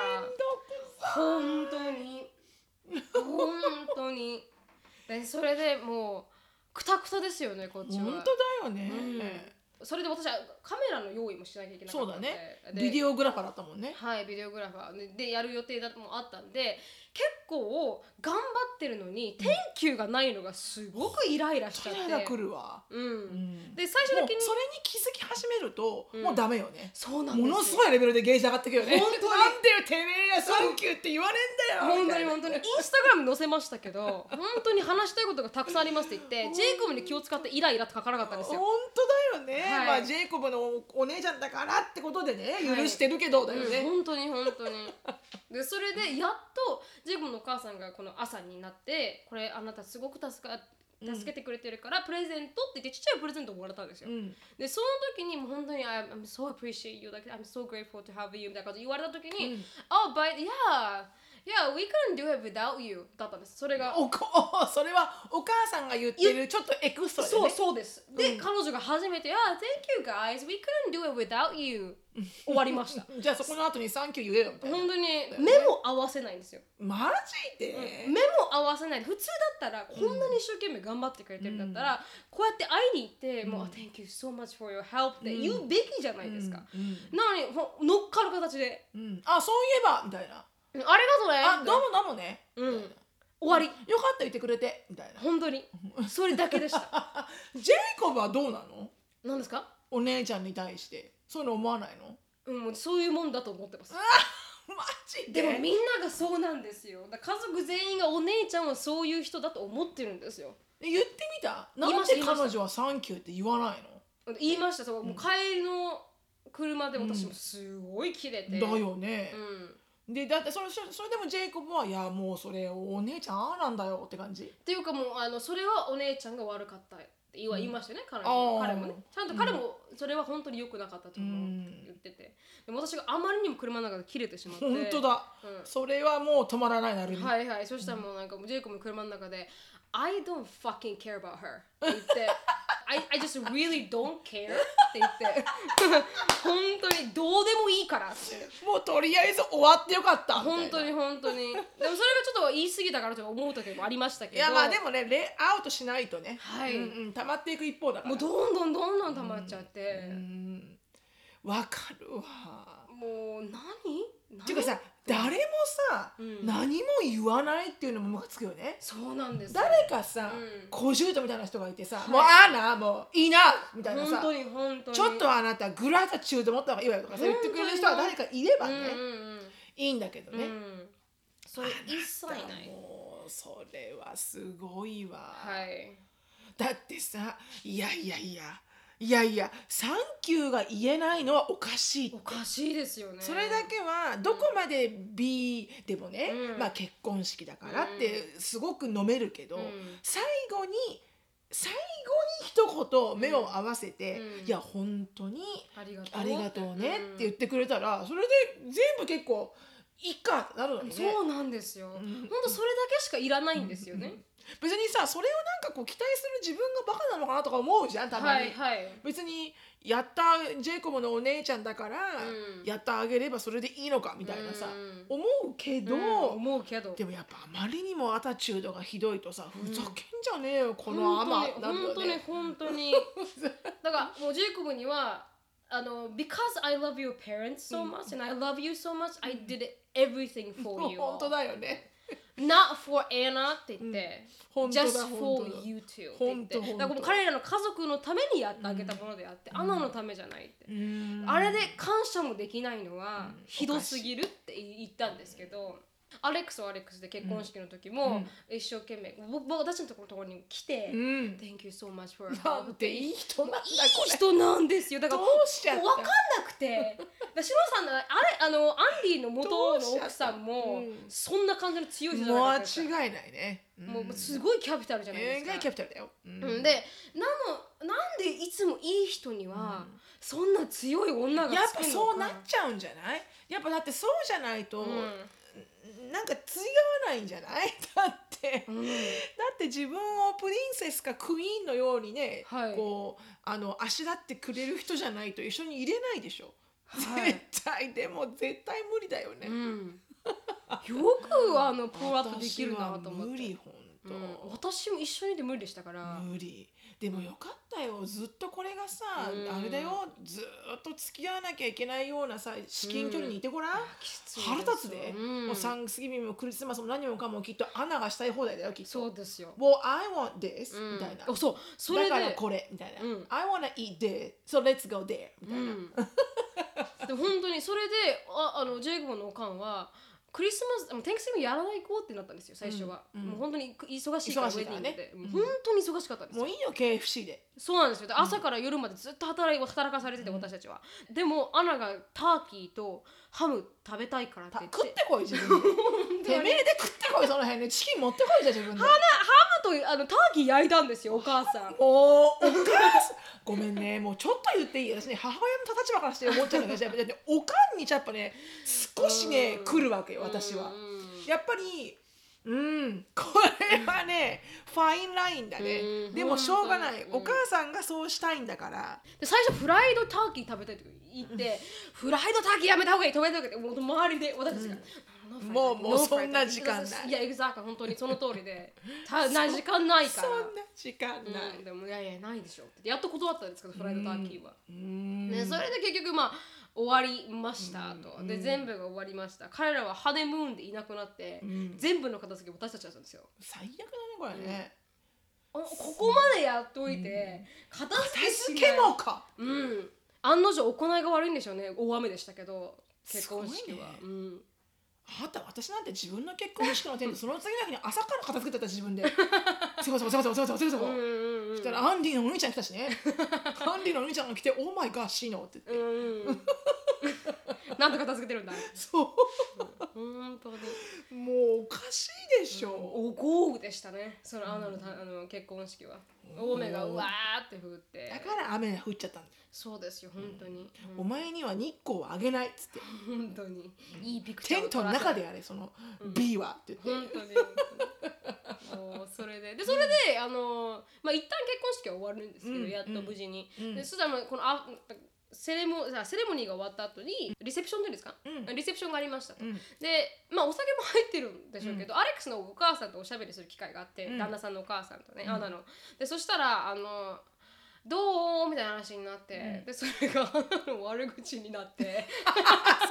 本当に本当にでそれでもうくたくたですよねこっーち本は当だよね、それで私はカメラの用意もしなきゃいけなかったのでそうだでビデオグラファーだったもんねはい、ビデオグラファーででやる予定だともあったんで結構頑張ってるのに天球がないのがすごくイライラしちそゃっれてが、来るわ、う、うんんで最終もうそれ的にに気づき始めると、うんもうダメよねそうなんですもよのすごいレベルでゲージ上がってくよね本当になんでよてめえやサンキューって言われんだよ本み当たにいな本当にインスタグラムに載せましたけど本当に話したいことがたくさんありますって言ってジェイコブに気を使ってイライラって書かなかったんです本よ。当だよね、はいまあジェイコブのお姉ちゃんだからってことでねはい許してるけどだようん、ね、本当に本当にでそれでやっとジェイコブのお母さんがこの朝になってこれあなたすごく助かうん助けてくれてるからプレゼントって言ってちっちゃいプレゼントをもらったんですよ、うんでその時にもう本当に「I'm, I'm so appreciate you like I'm so grateful to have you」みたいなこと言われた時に「Oh but yeah yeah we couldn't do it without you」だったんですそれがおこ それはお母さんが言ってるちょっとエクストラだよそうねそうですで、うん彼女が初めて「Ah thank you guys we couldn't do it without you」終わりました じゃあそこの後にサンキュー言えよみたいな本当に目も合わせないんですよ、マジで、目も合わせない普通だったらこんなに一生懸命頑張ってくれてるんだったら、こうやって会いに行って「もう Thank you so much for your help」って言うべきじゃないですか、うんうんなのにほん乗っかる形でうんあそういえばみたいな「うんありがとあうね」どうもどうもねうんみたい終わりなよかった言ってくれてみたい な本当にそれだけで したジェイコブはどうなの何ですかお姉ちゃんに対してそういうの思わないのうんもうそういうもんだと思ってますマジででもみんながそうなんですよだから家族全員がお姉ちゃんはそういう人だと思ってるんですよ言ってみたな言いんましたで彼女はサンキューって言わない言いましたそうもう帰りの車で私うもんすごい切れて、のだよねう、んでだってそれそれそれでもジェイコブはいやもうそれお姉ちゃんああなんだよって感じっていうかもうあのそれはお姉ちゃんが悪かったって言わうん言いましたよね、彼あ女ー彼もねちゃんと彼もそれは本当に良くなかったと思うって言ってて、でも私があまりにも車の中で切れてしまって本当だうんそれはもう止まらないなるみはいはい、そしたらもうなんかジェイコブの車の中で「I don't fucking care about her」って言っ て「I, I just really don't care」って言って 本当にどうでもいいからってもうとりあえず終わってよかったみたいな本当に本当にでもそれがちょっと言い過ぎたからとか思う時もありましたけいどやまあでもねレイアウトしないとね、はいうんうん、溜まっていく一方だからもうどんどんどんどん溜まっちゃって、うんわかるわもう何何っていうかさ誰もさ、うん何も言わないっていうのもムカつくよねそうなんですよ誰かさ、うん小姑みたいな人がいてさ、いもうあーなもういいなみたいな本さ当に本当にちょっとあなたグラタチュード持った方がいいわよとかさ言ってくれる人は誰かいればね、うんうんいいんだけどうん、ね、うん、それ一切なだからいもうそれはすごいわ、はいだってさいやいやいやいやいやサンキューが言えないのはおかしいっておかしいですよねそれだけはどこまで B でもね、うんまあ、結婚式だからってすごく飲めるけど、うん最後に最後に一言目を合わせて「うんいや本当にありがとう、ありがとうね」って言っててくれたらそれで全部結構「いっか」ってなるのうんにね。そうなんですよ、んほんとそれだけしかいらないんですよね、別にさそれをなんかこう期待する自分がバカなのかなとか思うじゃんたまはに、いはい別にやったジェイコブのお姉ちゃんだから、うんやってあげればそれでいいのかみたいなさ、うん思うけど、うん思うけどでもやっぱあまりにもアタチュードがひどいとさふざけんじゃねえよこ本のアマな当るに本よ当にね。本当に だからもうジェイコブにはあの「Because I love your parents so much and I love you so much I did everything も for う you 本当だよね。 not for Anna」って言って、本当だ Just 本 for 当だ you too って言って本当本だ当からもう彼らの家族のためにやってあげたものであって、アナのためじゃないって、うんあれで感謝もできないのはうんひどすぎるって言ったんですけど、アレックスはアレックスで結婚式の時も一生懸命、僕僕私のところところに来て、うん。 Thank you so much for なんて help いい人なんだこいいれ。人なんですよだかどらうもうしちゃった。分かんなく てだ志保さんのあれあのアンディの元の奥さんどもうしちゃったうんそんな感じの強い人じゃなかったですか間違いないね。もうすごいキャピタルじゃないでえすらかいキャピタルだよ。うんうん、でなのなんでいつもいい人には、そんな強い女がつくのかやっぱそうなっちゃうんじゃないやっぱだってそうじゃないと、うなんか強がわないんじゃない だってん、うんだって自分をプリンセスかクイーンのようにね、はいこうあのあしらってくれる人じゃないと一緒にいれないでしょ、はい絶対でも絶対無理だよね、うん、よくあの私ポールアップできるなと思っはて無理本う当、ん、私も一緒にで無理でしたから、無理でもよかったよずっとこれがさ、うんあれだよずっと付き合わなきゃいけないようなさ至近距離にいてごらん、きついです腹立つで、うんもうサンクスギビングもクリスマスも何もかもきっとアナがしたい放題だよきっとそうですよ、 Well I want this、うんみたいなあそうそれでだからこれみたいな、うん I wanna eat this so let's go there みたういな、ん、で本当にそれでああのジェイコブのおかんはクリスマスあの天気セミやらないこうってなったんですよ最初は、うんうんもう本当に忙しいから忙しいからねウェディングでもう本当に忙しかったんですよもういいよ KFC でそうなんですよで朝から夜までずっと働い働かされてて私たちは、でもアナがターキーとハム食べたいからってた言って食ってこい 自分でてめえで食ってこいその辺でチキン持ってこいじゃん自分でハムとあのターキー焼いたんですよお母さんおーお母さんごめんねもうちょっと言っていい私ね母親の立場からして思っちゃうんだけどやっぱだっておかんにやっぱね少しねうん来るわけよ私はうんやっぱりうん これはねファインラインだうねんでもしょうがないうんお母さんがそうしたいんだからで最初フライドターキー食べたいって言ってフライドターキーやめた方がいい食べた方がいいってもう周りで私たちが、もうもうそんな時間ないいや、エグザー本当にその通りで、たな時間ないか そら。んな時間なうんいでもいやいやないでしょってやっと断ったんですけどフライドターキーは、うんね、それで結局まあ終わりましたと、うんで全部が終わりました彼らはハネムーンでいなくなって、うん全部の片付け私たちだったんですよ最悪だねこれねあここまでやっといて、片付け片し付ないけもかうん案の定行いが悪いんでしょうね大雨でしたけど結婚式は、すうごんあなた私なんて自分の結婚式のテントその次の日に朝から片付けてた 自分ですごいすごいすごいすごいすごいすごいすごいうんうんうんそしたらアンディのお兄ちゃん来 たしねアンディのお兄ちゃんが来て「オーマイガーシーノ」って言って、うんうんうんなんと片付けてるんだそ本当にうもうおかしいでしょ、お豪雨でしたねそのアナのた、あの結婚式は大雨がうんうわーって降ってだから雨が降っちゃったんだ、そうですよ本当に、お前には日光をあげないっつってうん本当にいいピクチャテーをン撮トのらせ中でやれその B はって言って、本当にもうそれででそれで、あのまあ一旦結婚式は終わるんですけど、うんやっと無事に、うんでそしたらもうこのあセレモあセレモニーが終わった後にリセプションっていうんですか、うんリセプションがありましたと、うんでまあお酒も入ってるんでしょうけど、アレックスのお母さんとおしゃべりする機会があって、うん旦那さんのお母さんとね、アナのでそしたらあのどうみたいな話になって、うんでそれがアナの悪口になって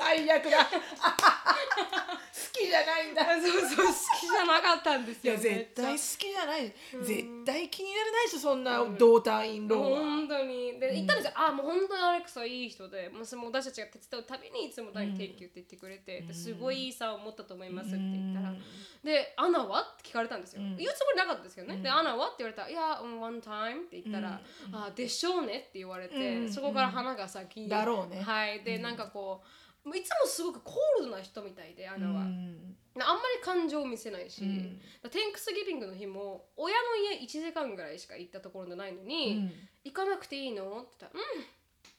最悪だ好きじゃないんだそうそう好きじゃなかったんですいよや絶対めっ好ちきじゃない、ん絶対気にならないでしょそんな同体ゃ員論は、本当にで言ったんですよ、あもう本当にアレックスはいい人でもうその私たちが手伝うたびにいつも「何天気」って言ってくれて、ですごいいいさを持ったと思いますって言ったら、で「アナは?」って聞かれたんですよ、うん言うつもりなかったですけどね「でアナは?」って言われたら「いや、うん、one time」って言ったら「あでしょうね」って言われて、うんそこから花が咲きだろうねはいで、なんかこうもういつもすごくコールドな人みたいでアうナは、んなあんまり感情を見せないし、うんテンクスギビングの日も親の家1時間ぐらいしか行ったところじゃないのに、うん行かなくていいのって言ったら「うん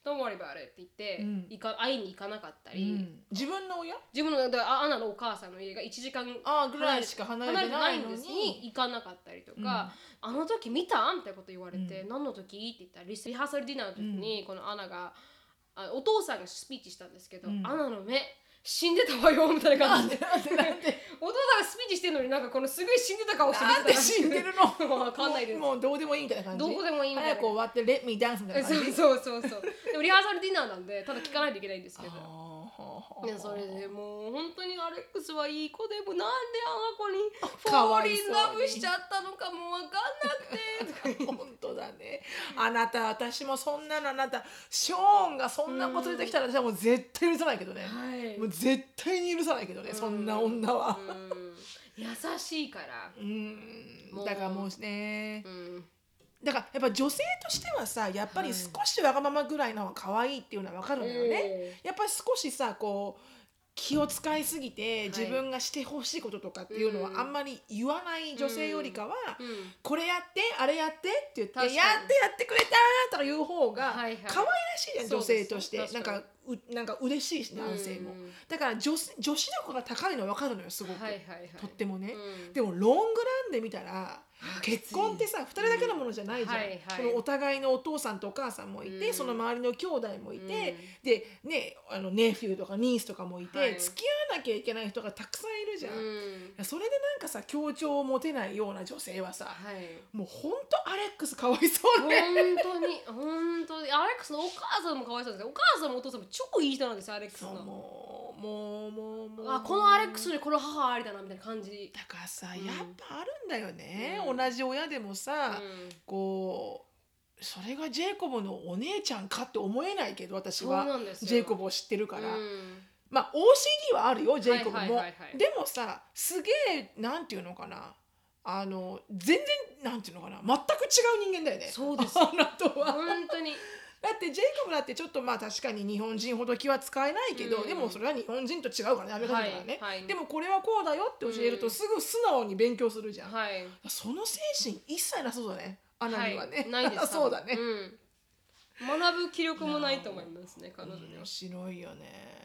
Don't worry about it」って言って、うん行か会いに行かなかったり、うん自分の親自分のだからアナのお母さんの家が1時間あーぐらいしか離れ離れててなないいんのでにすに行かなかったりとか、あの時見たみたいなこと言われて、う何の時って言ったらリスリハーサルディナーの時にこのアナが、あお父さんがスピーチしたんですけど、うんアナの目死んでたわよみたいなな感んじででなんでなんでお父さんがスピーチしてるのになんかこのすごい死んでた顔してなんで死んでるののわかんないですもうもうどうでもいいみたいな感じどうでもいいみたいな早く終わって「Let me dance」みたいなそ感うじそうそうそうでもリハーサルディナーなんでただ聞かないといけないんですけどあいーやそれでもう本当にアレックスはいい子でもなんであの子にフかォわーいリそうンにラブしちゃったのかもわかんなくてとか言って本当だねあなた私もそんなのあなたショーンがそんなこと出てきたら私はもう絶対許さないけどね、はいもう絶対に許さないけどね、そんな女は、うん優しいから、うんもうだからもうねうん、だからやっぱ女性としてはさやっぱり少しわがままぐらいの方が可愛いっていうのはわかるんだよね、やっぱり少しさこう気を使いすぎてい自分がしてほしいこととかっていうのうんはあんまり言わない女性よりかは、うんこれやってあれやってって言って確かにやってやってくれたとか言う方が可はいは愛いらしいじゃん、そう女です性としてな確んかかうなんか嬉しいし男性も、うんだから女子女子力が高いの分かるのよすごく、はいはいはいとってもね、うんでもロングランで見たら結婚ってさ2人だけのものじゃないじゃん、はいはいそのお互いのお父さんとお母さんもいて、うんその周りの兄弟もいて、うんでねあのネフィーとかニースとかもいて、はい付き合わなきゃいけない人がたくさんいるじゃん、いうんやそれでなんかさ協調を持てないような女性はさ、はいもうほんとアレックスかわいそう本ね当に本当にアレックスのお母さんもかわいそうですお母さんもお父さんも超いい人なんですよアレックスそうのもうもうもうもうあこのアレックスにこの母ありだなみたいな感じ、だからさ、うんやっぱあるんだよね、うん同じ親でもうんさ、こうそれがジェイコブのお姉ちゃんかって思えないけど私そうなはんですよジェイコブを知ってるから、うんまあ OCD はあるよジェイコブも、はいはいはいはいでもさすげえなんていうのかなあの全然なんていうのかな全く違う人間だよねそうですあなたは本当にだってジェイコブだってちょっとまあ確かに日本人ほど気は使えないけど、うんでもそれは日本人と違うからねアメリカ人だからね、はいはいでもこれはこうだよって教えるうとんすぐ素直に勉強するじゃん、はいその精神一切なそうだねアナにはね、い、ないです そうだね、多分うん、学ぶ気力もないと思いますね彼女には面、白いよね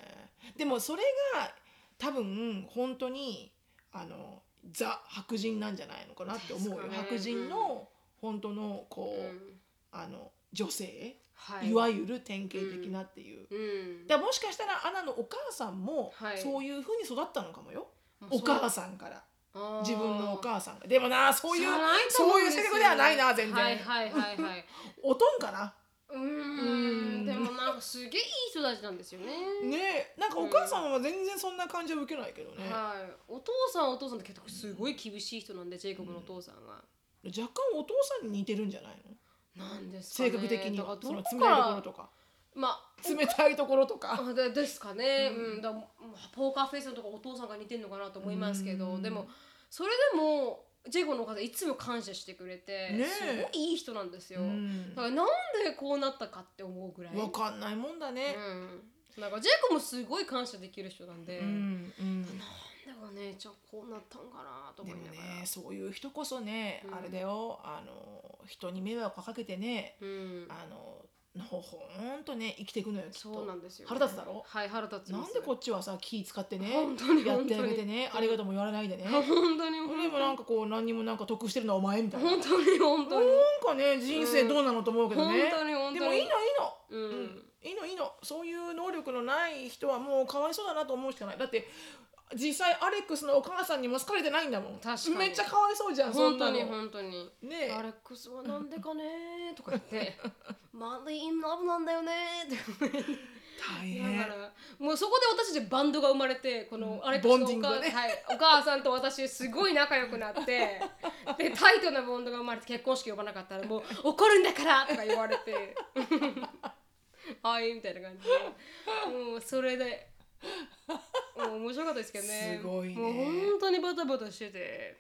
でもそれが多分本当にあのザ白人なんじゃないのかなって思うよ、ですかね白人の本当のこう、うんあの女性、はい、いわゆる典型的なっていう、うん、だからもしかしたらアナのお母さんもはいそういうふうに育ったのかもよ、まあお母さんからそう自分のお母さんがでもなそういうそういうセリフではないな全然、はいはいはいはいおとんかなうーんうんでもなんかすげえいい人たちなんですよねねえなんかお母さんは全然そんな感じは受けないけどね、はい、お父さんはお父さんって結構すごい厳しい人なんでジェイコブのお父さんは、若干お父さんに似てるんじゃないのなんですかね性格的にだかはらどそのこ冷かたいところらとかまあ冷たいところとかあでですかね、ううんんだからポーカーフェイスのとかお父さんが似てるのかなと思いますけど、うんでもそれでもジェイコのお母さんいつも感謝してくれて、ねえすごいいい人なんですよ、うんだからなんでこうなったかって思うぐらい、わかんないもんだねうん、なんかジェイコもすごい感謝できる人なんで、うんうんなんだかねじゃあこうなったんかなとで思いもながら、ねそういう人こそねうんあれだよあの人に迷惑かけてねうん、あのほほんとね生きていくのよきっそうとなんですよ、腹立つだろはい腹立つなんでこっっちはさ気使ってね本当にやってあげてね本当あにりがとうも言われないでね本当に本当でにもなんかこう何にもなんか得してるのはお前みたいな本当に本当になんかね人生どうなのと思うけどね、本当に本当にでもいいのいいのうん、いいのいいのそういう能力のない人はもうかわいそうだなと思うしかないだって実際アレックスのお母さんにも好かれてないんだもん確かにめっちゃかわいそうじゃんそん本な当のにね本当にえアレックスはなんでかねーとか言って 「マリーンラブなんだよね」って大言い変ながらもうそこで私たちバンドが生まれてこのアレックボスンのディおングが母,、ねはい、お母さんと私すごい仲良くな ってでタイトなボンドが生まれて結婚式呼ばなかったらもう「怒るんだから!」とか言われて「はい」みたいな感じでもうそれで。もう面白かったですけどねすごいねもう本当にバタバタしてて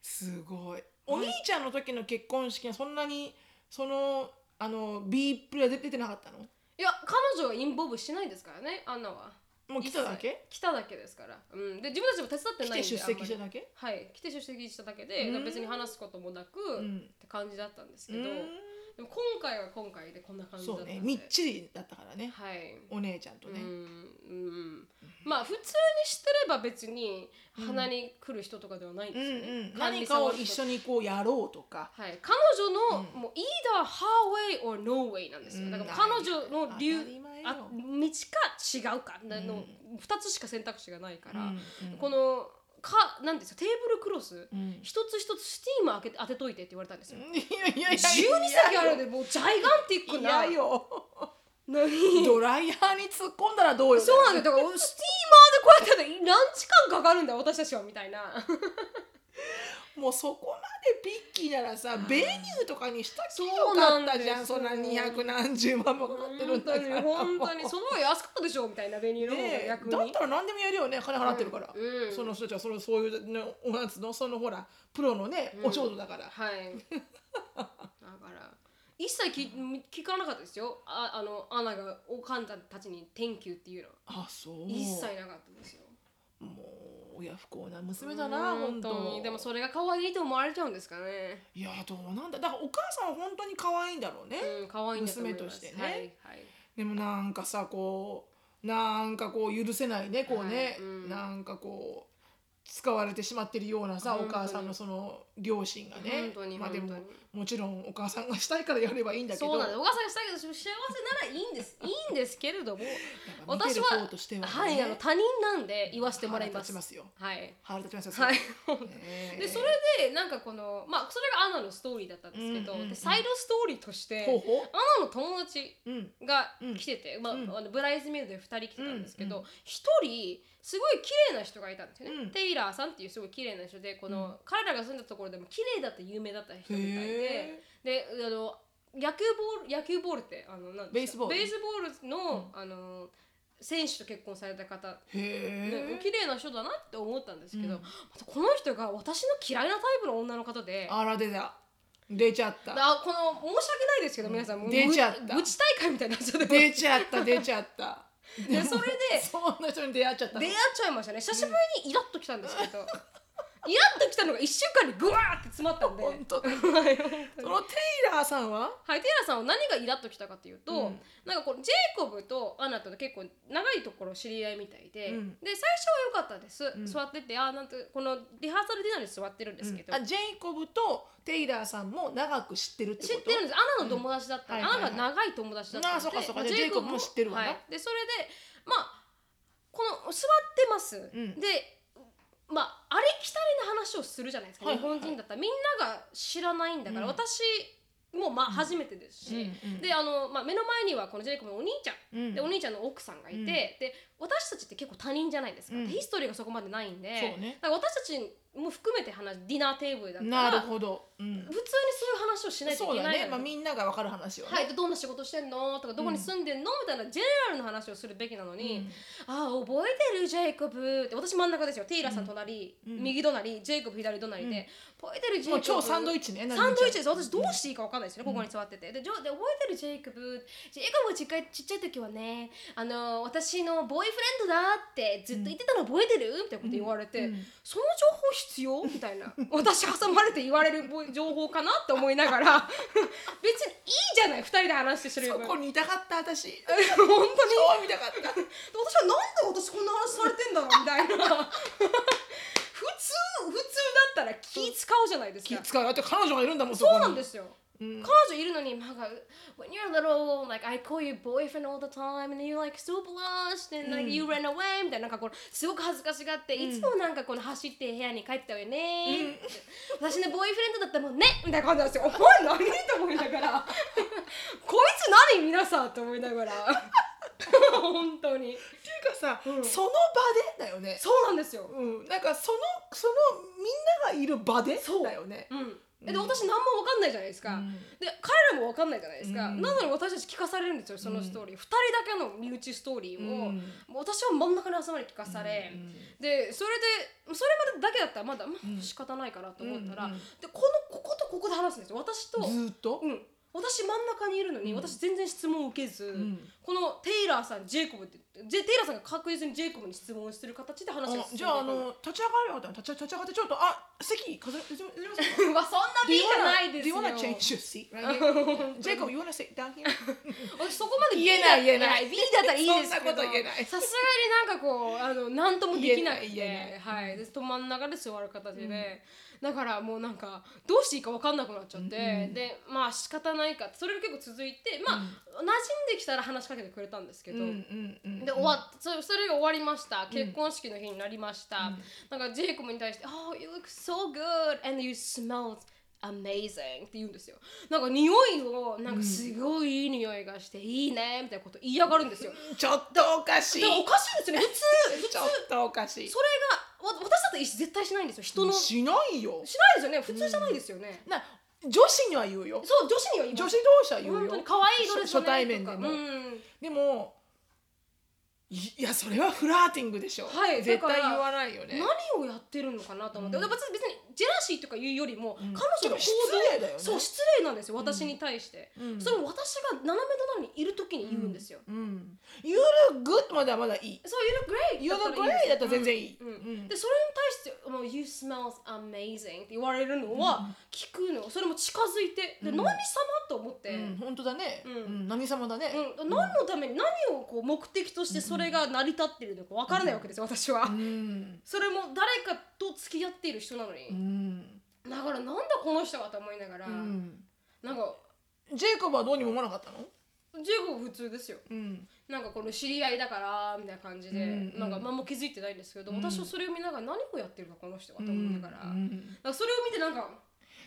すごいお兄ちゃんの時の結婚式はそんなにそのあの B プレは出てなかったのいや彼女はインボブしてないですからねアンナは。もう来ただけ来ただけですから、うん、で自分たちも手伝って来ないんてで出席したあんまだけりはい来て出席しただけでうん別に話すこともなく、んって感じだったんですけうど、んでも今回は今回でこんな感じだったそうんでねみっちりだったからねはいお姉ちゃんとうん、ね、うん、まあ普通にしてれば別に鼻に来る人とかではないんうでんすよね、うん、何かを一緒ににこうやろうとかはい、彼女の、うんもう either her way or no way なんですよだから彼女の流当たり前よあ道か違うかなの、2つしか選択肢がないから、うんうんこのかなんていうんですかテーブルクロス、うん一つ一つスティーム開けて当てといてって言われたんですよ。いやいやいや12席あるでもうジャイガンティックいなやよ何ドライヤーに突っ込んだらどうよそうなんだだよだからスティーマーでこうやってやって何時間かかるんだよ私たちはみ たいなもうそこまでピッキーならさベニューとかにしたきゃそうよなかんっだよたじゃんそんな二百何十万もかかってる本んだ当かにら本当にその方が安かったでしょみたいなベニーの方がねえだっ逆に、たら何でもやるよね金払ってるから、うんうんその人たちはそのそういうねおやつのそのほらプロのね、お仕事だからはいだから一切聞聞かなかったですよああのアナがおかんたちに「Thank you」っていうのはあそう一切なかったですよもう親不幸な娘だなうん本当にでもそれが可愛いと思われちゃうんですかねいやどうなんだだからお母さんは本当に可愛いんだろうね、うん可愛いんだと思います娘としてねはいはいでもなんかさこうなんかこう許せないねこうね、はいうんなんかこう使われてしまってるようなさ本当おに母さんのその両親がね本当にまあでも本当にもちろんお母さんがしたいからやればいいんだけどそうなんですお母さんがしたいけど幸せならいいんです いいんですけれどもやっぱ見てる方としてはね、はいあの他人なんで言わせてもらい腹ま立ちすますよはい腹立ちますよはい ねでそれでなんかこのまあそれがアナのストーリーだったんですけど、うんうんうんでサイドストーリーとしてほうほアナの友達ううんがうん来てて、まあうんあのブライズメイドで2人来てたんですけうどん一、人すごい綺麗な人がいたんですよね、うんテイラーさんっていうすごい綺麗な人でこの、うん彼らが住んだところでも綺麗だった有名だった人みたいでへであの野球ボール野球ボールってあのなんですかベースボールベースボールの,、あの選手と結婚された方えへねえ綺麗な人だなって思ったんですけど、うんあとこの人が私の嫌いなタイプの女の方で。あら出た出ちゃったあこの申し訳ないですけど皆さんもう出ちゃった無知大会みたいになっちゃって 出ちゃった出ちゃったでそれで そんな人に出会っちゃったの出会っちゃいましたね久しぶりにイラッときたんですけど、イラッときたのが1週間にグワーって詰まったんではい本当だはいそのテイラーさんはテイラーさんは何がイラッときたかというと、うんなんかこうジェイコブとアナと結構長いところ知り合いみたいで、うんで最初は良かったです、うん座っててあーなんてこのリハーサルディナーで座ってるんですけど、あジェイコブとテイラーさんも長く知ってるってこと知ってるんですアナの友達だった、うんアはいはいはナいが長い友達だったあーそっかそっかまじゃあジェイコブも知ってるわなはいでそれでまあこの座ってます、んでまあありきたりな話をするじゃないですか、はいはいはい日本人だったらみんなが知らないんだから、うん私もまあ初めてですし、うんうんであの、まあ、目の前にはこのジェイコブのお兄ちゃんうんでお兄ちゃんの奥さんがいて、うんで私たちって結構他人じゃないですか、うんでヒストリーがそこまでないんで、そうねだから私たちも含めて話ディナーテーブルだったならる普ほど、うん通にそういう話をしないといそうけだないじゃないですかね、まあ、みんなが分かる話をね、はい、でどんな仕事してんのとかどこに住んでんの、みたいなジェネラルの話をするべきなのうにん「ああ覚えてるジェイコブ」って私真ん中ですよテイラーさん隣、うん右隣ジェイコブ左隣で、覚えてるジェイもコブう超サンドイッチねサンドイッチですなるみ私どうしていいか分かんないですよね、ここに座っててでジョーで覚えてるジェイコブジェイコブがちっかいちっちゃい時はねあの私のボーイフレンドだってずっと言ってたの覚えてるみたいなこと言われて、うんその情報必要みたいな私挟まれて言われるボ情報かなって思いなが ら別にいいじゃない2人で話してすちるよゃんりそもこにいたかった私 本超当に見たか ったで私はなんで私こんな話されてんだろうみたいな 普通普通だったら気使うじゃないです気か使うだって彼女がいるんだもんそそこうになんですようん彼女いるのになんか「When you're little, like I call you boyfriend all the time and you like so blushed and like you ran away」みたいななんかこうすごく恥ずかしがって、いつもなんかこの走って部屋に帰ったわよね、私のボーイフレンドだったもんねみたいな感じなんですよ「お前何?」と思いなが ら「こいつ何皆さん」と思いながら本当にっていうかさ、うんその場でだよねそうなんですよ、うん、なんかそのそのみんながいる場でだよねうん、で私何も分かんないじゃないですか、うんで彼らも分かんないじゃないですか、うんなのに私たち聞かされるんですよそのストーリー、二2人だけの身内ストーリーを、うんもう私は真ん中に挟まれ聞かされ、うんでそれでそれまでだけだったらまだ、まうんあ、仕方ないかなと思ったら、うんうんでこのこことここで話すんですよ私と、ずーっと、うん、私真ん中にいるのに、うん私全然質問を受けず、んこのテイラーさんジェイコブってジェテイラーさんが確実にジェイコブに質問する形で話が進んあでいくじゃああの立ち上がればよかったの立ち立ち上がってちょっとあ席数え数えますか うわそんなピーじゃないですよ Do you wanna change your seat right here? Jacob, you wanna sit down here? 私そこまで言えない言えない B だったらいいですけどそんなこと言えないさすがになんか こうあの何ともできなくて言えない言えはいで真ん中で座る形で、だからもうなんかどうしていいか分かんなくなっちゃって、うんでまあ仕方ないかそれが結構続いてまあ、うん馴染んできたら話しかけてくれたんですけうんど、うんうんで終わっそそれが終わりました結婚式の日になりました、なんかジェイコブに対して「Oh you look so good and you smell amazing」って言うんですよなんか匂いをなんかすごいいい匂いがして「いいね」みたいなこと言いやがるんですよ、ちょっとおかしいでもおかしいですよ ね普通ちょっとおかしいそれがわ私だったら絶対しないんですよ人の、ししないよないですよね普通じゃないですよね、な女子には言うよそう女子には言い女ま子す同士は言うよ本当に可愛いドレスだ初初ね対面でとかも、うんでもいいやそれはフラーティングでしょ、はい絶だか対ら言わないよね何をやってるのかなと思って、うんで別に別にジェラシーとか言うよりも、うん彼女の行動失礼だよねそう失礼なんですよ私に対して、うんそれを私が斜め隣にいる時に言うんですよ、うん、You're good まだまだいい。そう You You're look great great だったら全然いい。うんうんでそれに対して「もう You smells amazing」って言われるのは聞くの、それも近づいてで、うん何様と思って、うん、本当だね。うんうん、何様だね。うん、何のために何をこう目的としてそれが成り立ってるのか分からないわけですよ私は、うん、それも誰かと付き合っている人なのうに、ん、だからなんだこの人はと思いながら、うん。なんかジェイコブはどうにも思わなかったの？ジェイコブ普通ですようん、なんかこの知り合いだからみたいな感じで、うんうんなんか何も気づいてないんですけど、うん私はそれを見ながら何をやってるのこの人はと思いながら,、うだかんらそれを見てなんか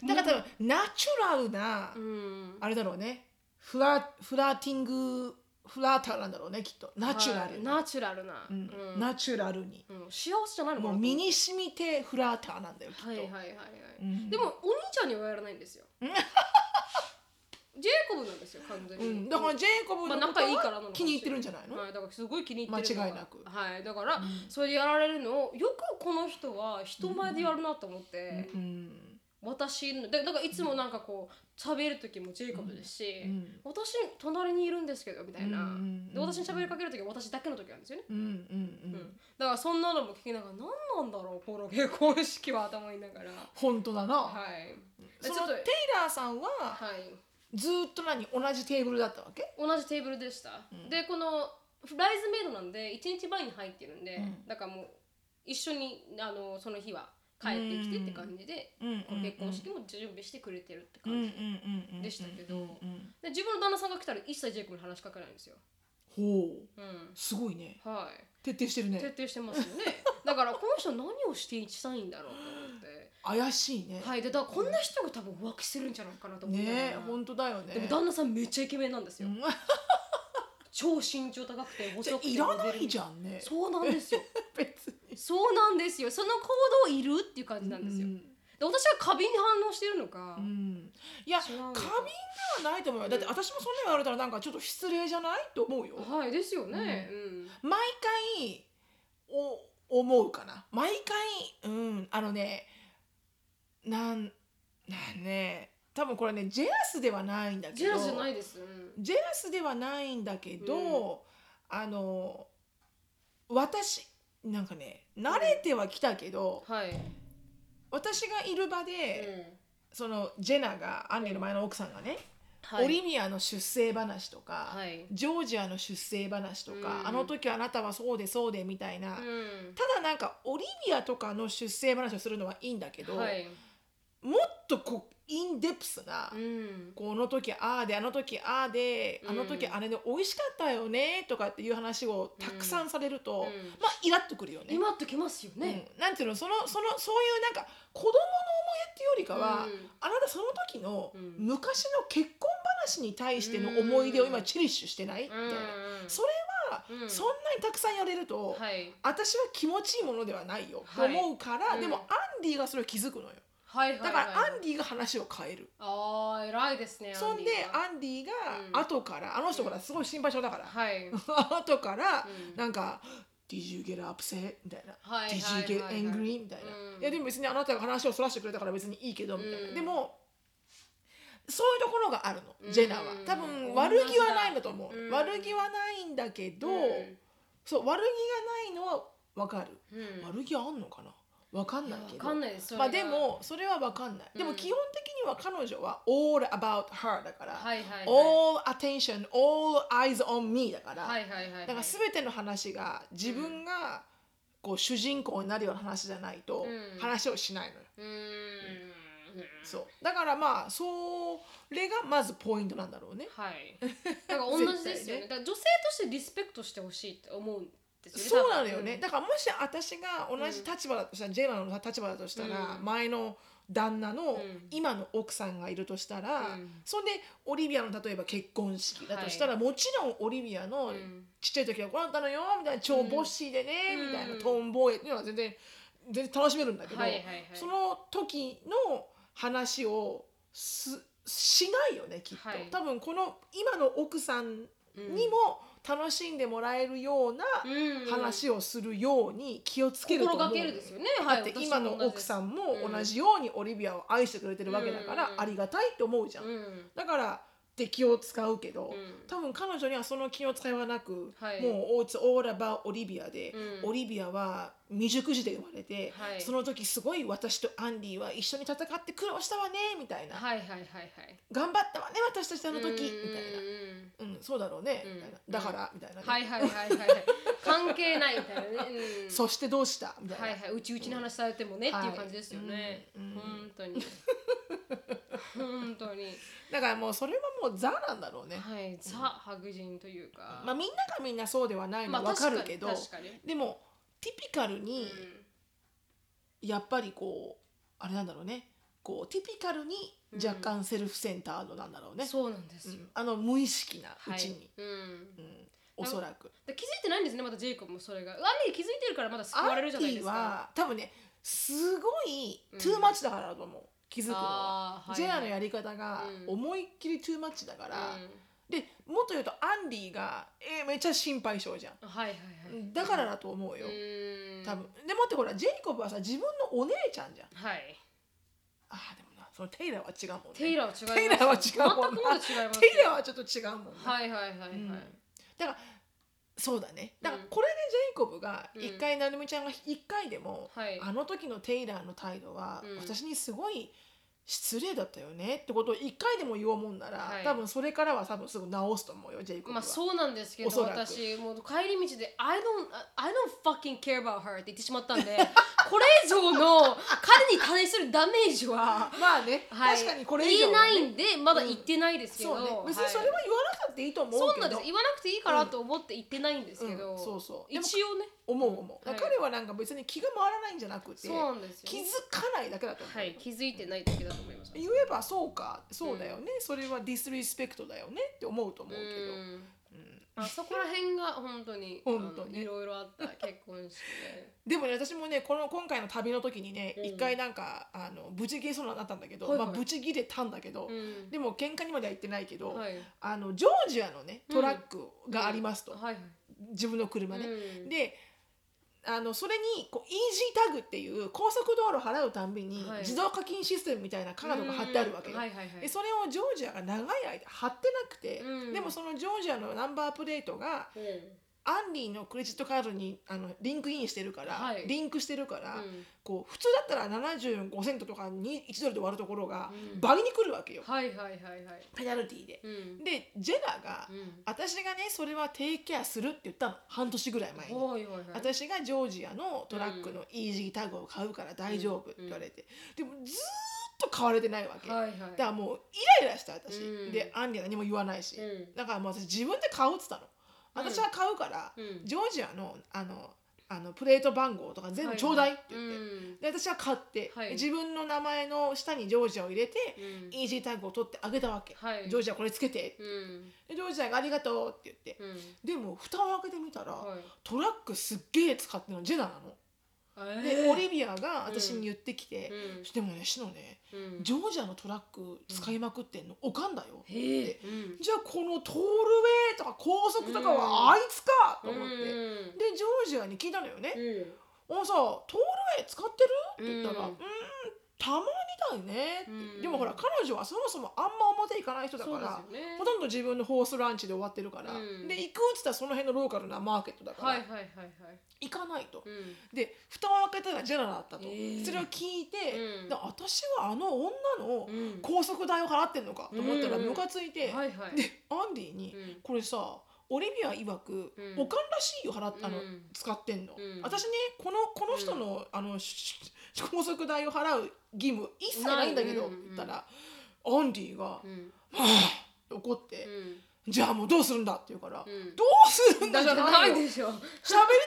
だから多分ナチュラルな、うんあれだろうね。フラフラーティングフラーターなんだろうねきっと。ナチュラルはいに。ナチュラルな、うんうんナチュラルに。うん幸せじゃないのかもなう身に染みてフラーターなんだよきっと。はいはいはいはい、うんでもお兄ちゃんにはやらないんですよジェイコブなんですよ完全うに、ん、だからジェイコブまあのこ仲いいとかはらなのかもし気れに入ってるんじゃないの？はい、だからすごい気に入ってるのが間違いなくはいだから、それでやられるのをよくこの人は人前でやるなと思って、うん私のでだからいつもなんかこう喋る時もジェイコブですし、うん私隣にいるんですけどみたいな、うんうんうんで私に喋りかける時は私だけの時なんですよね、うんうんううんん。だからそんなのも聞きながら何なんだろうこの結婚式はと思いながら本当だな。はいそのちょっとテイラーさんははいずーっと何同じテーブルだったわけ？同じテーブルでした、でこのライズメイドなんで1日前に入ってるんで、うんだからもう一緒にあのその日は帰ってきてって感じで、うんこの結婚式も準備してくれてるってうん感うじ、んでうんうんでしたけどうんうん自分の旦那さんが来たら一切ジェイコブに話しかけないんですよ、ほう、うんすごいねはい徹底してる徹ね底してますよね だからこの人何をしていきたいんだろうと思って怪しいねはいでだからこんな人が多分浮気するんじゃないかなと思って、ね本当だよねでも旦那さんめっちゃイケメンなんですよ、うん超身長高くてじ細ゃ あくていらないじゃんねそうなんですよ 別にそうなんですよその行動いるっていう感じなんですよ、うで私は過敏に反応してるのか、うんいや過違う敏のでかはないと思うよだって私もそんなに言われたらなんかちょっと失礼じゃないと思うよはいですよね、うん毎回お思うかな毎回うんあのねなんなんね多分これねジェラスではないんだけどジェラスじゃないです、うんジェラスではないんだけど、あの私なんかね慣れてはきたけど、はい、うん私がいる場で、そのジェナがアンリの前の奥さんがね、はいオリミアの出生話とか、はいジョージアの出生話とか、うんあの時あなたはそうでそうでみたいな、うんただなんかオリビアとかの出生話をするのはいいんだけど、はいもっとこうインデプスな、うんこの時ああであの時ああで、うんあの時あれで美味しかったよねとかっていう話をたくさんされると、うんまあイラっとくるよね。今ってきますよね、うんなんていうのそのそのそういうなんか子供の思いやっていうよりかは、うんあなたその時のうん昔の結婚話に対しての思い出を今チェリッシュしてないみたいな、それは、うんそんなにたくさんやれると、はい私は気持ちいいものではないよ、はいと思うから、うんでもアンディがそれを気づくのよはいはいだからアンディディが話を変える、あー偉いですねそんでアンアンディうんが後から、あの人ほらすごい心配性だからディ、ははい 後から、 うんなんか「Did you get upset?」みたいなはいはいはい Did you get はい angry?」みたいな、うんいやでも別にあなたが話をそらしてくれたから別にいいけどみたいな、うんでもそういうところがあるの、うんジェナは多分悪気はないんだと思う、うん悪気はないんだけど、うんそう悪気がないのはわかる、うん悪気あんのかなわかんいなやいわけどかんないですそれまがあでもそれはわかんない、でもうん基本的には彼女は all about her だから、はいはいはい all attention all eyes on me だから、はいはいはいだから全ての話が自分がこう主人公になるような話じゃないとうん話をしないのよ、うーんそうだからまあそれがまずポイントなんだろうね はい。だから同じですよね。絶対ねだから女性としてリスペクトしてほしいって思うんですよね。そうなのよね多だからもし私が同じ立場だとしたら、ジェイマの立場だとしたら、うん前の旦那うのん今の奥さんがいるとしたら、うんそんでオリビアの例えば結婚式だとしたら、もちろんオリビアのうんちっちゃい時はこうだったのよみたいな超ボッシーでね、うんみたいなうんトーンボーイっていうのは全然全然楽しめるんだけ分ど、はいはいはい。その時の話をすしないよねきっと、はい多分この今の奥さんうんにも楽しんでもらえるようなうん話をするように気をつけると心思う、がけるですよねだって今の奥んさんもうん同じようにオリビアを愛してくれてるわけだからうんありがたいって思うじゃん、うんだからって気を使うけど、うん多分彼女にはその気を使いはなく、はいもう「It's all about オリビアで」うんオリビアは未熟児で生まれて、はいその時すごい私とアンディは一緒に戦って苦労したわねみたいな、はいはいはいはい頑張ったわね私たちあの時みたいな。うんうん、そうだろうね、うんみたいなだから、みたいなね、はいはいはいはいはい関係ないみたいなね、うん、そしてどうしたみたいな、はいはいうちうちの話されてもね、っていう感じですよね、はいうんうん本当に本当にだからもうそれはもうザなんだろうね、はいザ白人というかまあ、みんながみんなそうではないのはわかるけど、確かに確かでもティピカルに、にうんやっぱりこうあれなんだろうねこうティピカルに若干セルフセンターのなんだろうね、そうなんですうよ、んあの無意識なはういちに、うん、うん、おそらく。で気づいてないんですねまだジェイコブもそれがアンディ気づいてるからまだ救アわンれデるじゃないでィすかは多分ねすごいうんトゥーマッチだからだと思う、気づくのは。あーはいジェアのやり方がうん思いっきりトゥーマッチだから、うでもっと言うとアンディが、えーめっちゃ心配性じゃんんはいはいはいだからだと思うよ、うん多分でもってほらジェイコブはさ自分のお姉ちゃんじゃんはいあーでもなそのテイラーは違うもんねテイラーは違いテイラーはます違うもんな全くもの違いますテイラーはちょっと違うもんね、はいはいはいはい、うんだからそうだねだからうんこれでジェイコブがうん一回なるみちゃんが一回でも、はいあの時のテイラーの態度はうん私にすごい失礼だったよねってことを一回でも言おうもんなら、はい多分それからは多分すぐ直すと思うよジェイコブまは。あそうなんですけおどそらく私もう帰り道で「I don't, I don't fucking care about her」って言ってしまったんでこれ以上の彼に対するダメージは、まあね、はい確かにこれ以言上えはなね、いんでまだ言ってないですけど、そうね別はにいそれは言わなかったっていいと思うけど、そうなんです言わなくていいかなと思って言ってないんですけど、うんそうそうでも一応ね思う思う、はい彼はなんか別に気が回らないんじゃなくてそうなんですよ気づかないだけだと思う、はい気づいてないだけだと思います言えばそうかそうだよね、それはディスリスペクトだよねって思うと思うけど、うんうんあそこら辺が本当に本当あのねいろいろあった結婚式ででもね私もねこの今回の旅の時にねうん一、回なんかあのブチ切れそうになったんだけど、はいはいまあ、ブチ切れたんだけど、うんでも喧嘩にまでは行ってないけど、はいあのジョージアのねトラックがありますと、はいはい自分の車ね。うんであのそれにこうイージータグっていう高速道路払うたんびにはい自動課金システムみたいなカードが貼ってあるわけうんよはいはいはいでそれをジョージアが長い間貼ってなくて、うんでもそのジョージアのナンバープレートがアンディのクレジットカードにあのリンクインしてるから、はいリンクしてるから、うんこう普通だったら75セントとかに1ドルで割るところがうん倍に来るわけよ、はいはいはいはい。ペナルティーで。うん。でジェナが、うん。私がねそれはテイクケアするって言ったの半年ぐらい前に。はいはいはい。私がジョージアのトラックのイージータグを買うから大丈夫って言われて、でもずーっと買われてないわけ、はいはい。だからもうイライラした私、うんでアンディは何も言わないし、うんだからもう私自分で買うっつったのうん私は買うから、うんジョージアのあのあのプレート番号とか全部ちょうだいって言って、うんで私は買って、はい自分の名前の下にジョージアを入れて、うんイージータグを取ってあげたわけ、はいジョージアこれつけて、うん。でジョージアがありがとうって言って、うん。でも蓋を開けてみたら、はい。トラックすっげえ使ってるのジェナなの。で、えーオリビアが私に言ってきて、でもねシノね、うん。ジョージアのトラック使いまくってんのおかんだよ、へえ。うん。じゃあこのトールウェイとか高速とかはあいつか、と思って、でジョージアに聞いたのよねう、ん。おさトールウェイ使ってるうん。って言ったら、ううんん、たまにだよねって、うんでもほら彼女はそもそもあんま表行かない人だそかうですらよ。ねほ。とんど自分のホースランチで終わってるから、うんで行くっつったらその辺のローカルなマーケットだから、はいはいはいはい。行かないと、うん。で蓋を開けたらジェラだったと、えーそれを聞いて、うんで私はあの女のうん高速代を払ってんのかと思ったらうんムカついて、はいはい。でアンディに、うんこれさオリビア曰く、うんおかんらしいよ払っあの、うん使ってんの、うん私ねこのこの人の,、あのし高速代を払う義務一切ないんだけど、ないうん言ったら、アンディがう、ん。はあ怒って、じゃあもうどうするんだって言うから、うん。どうするんだだってじゃなないいよでしょ。喋り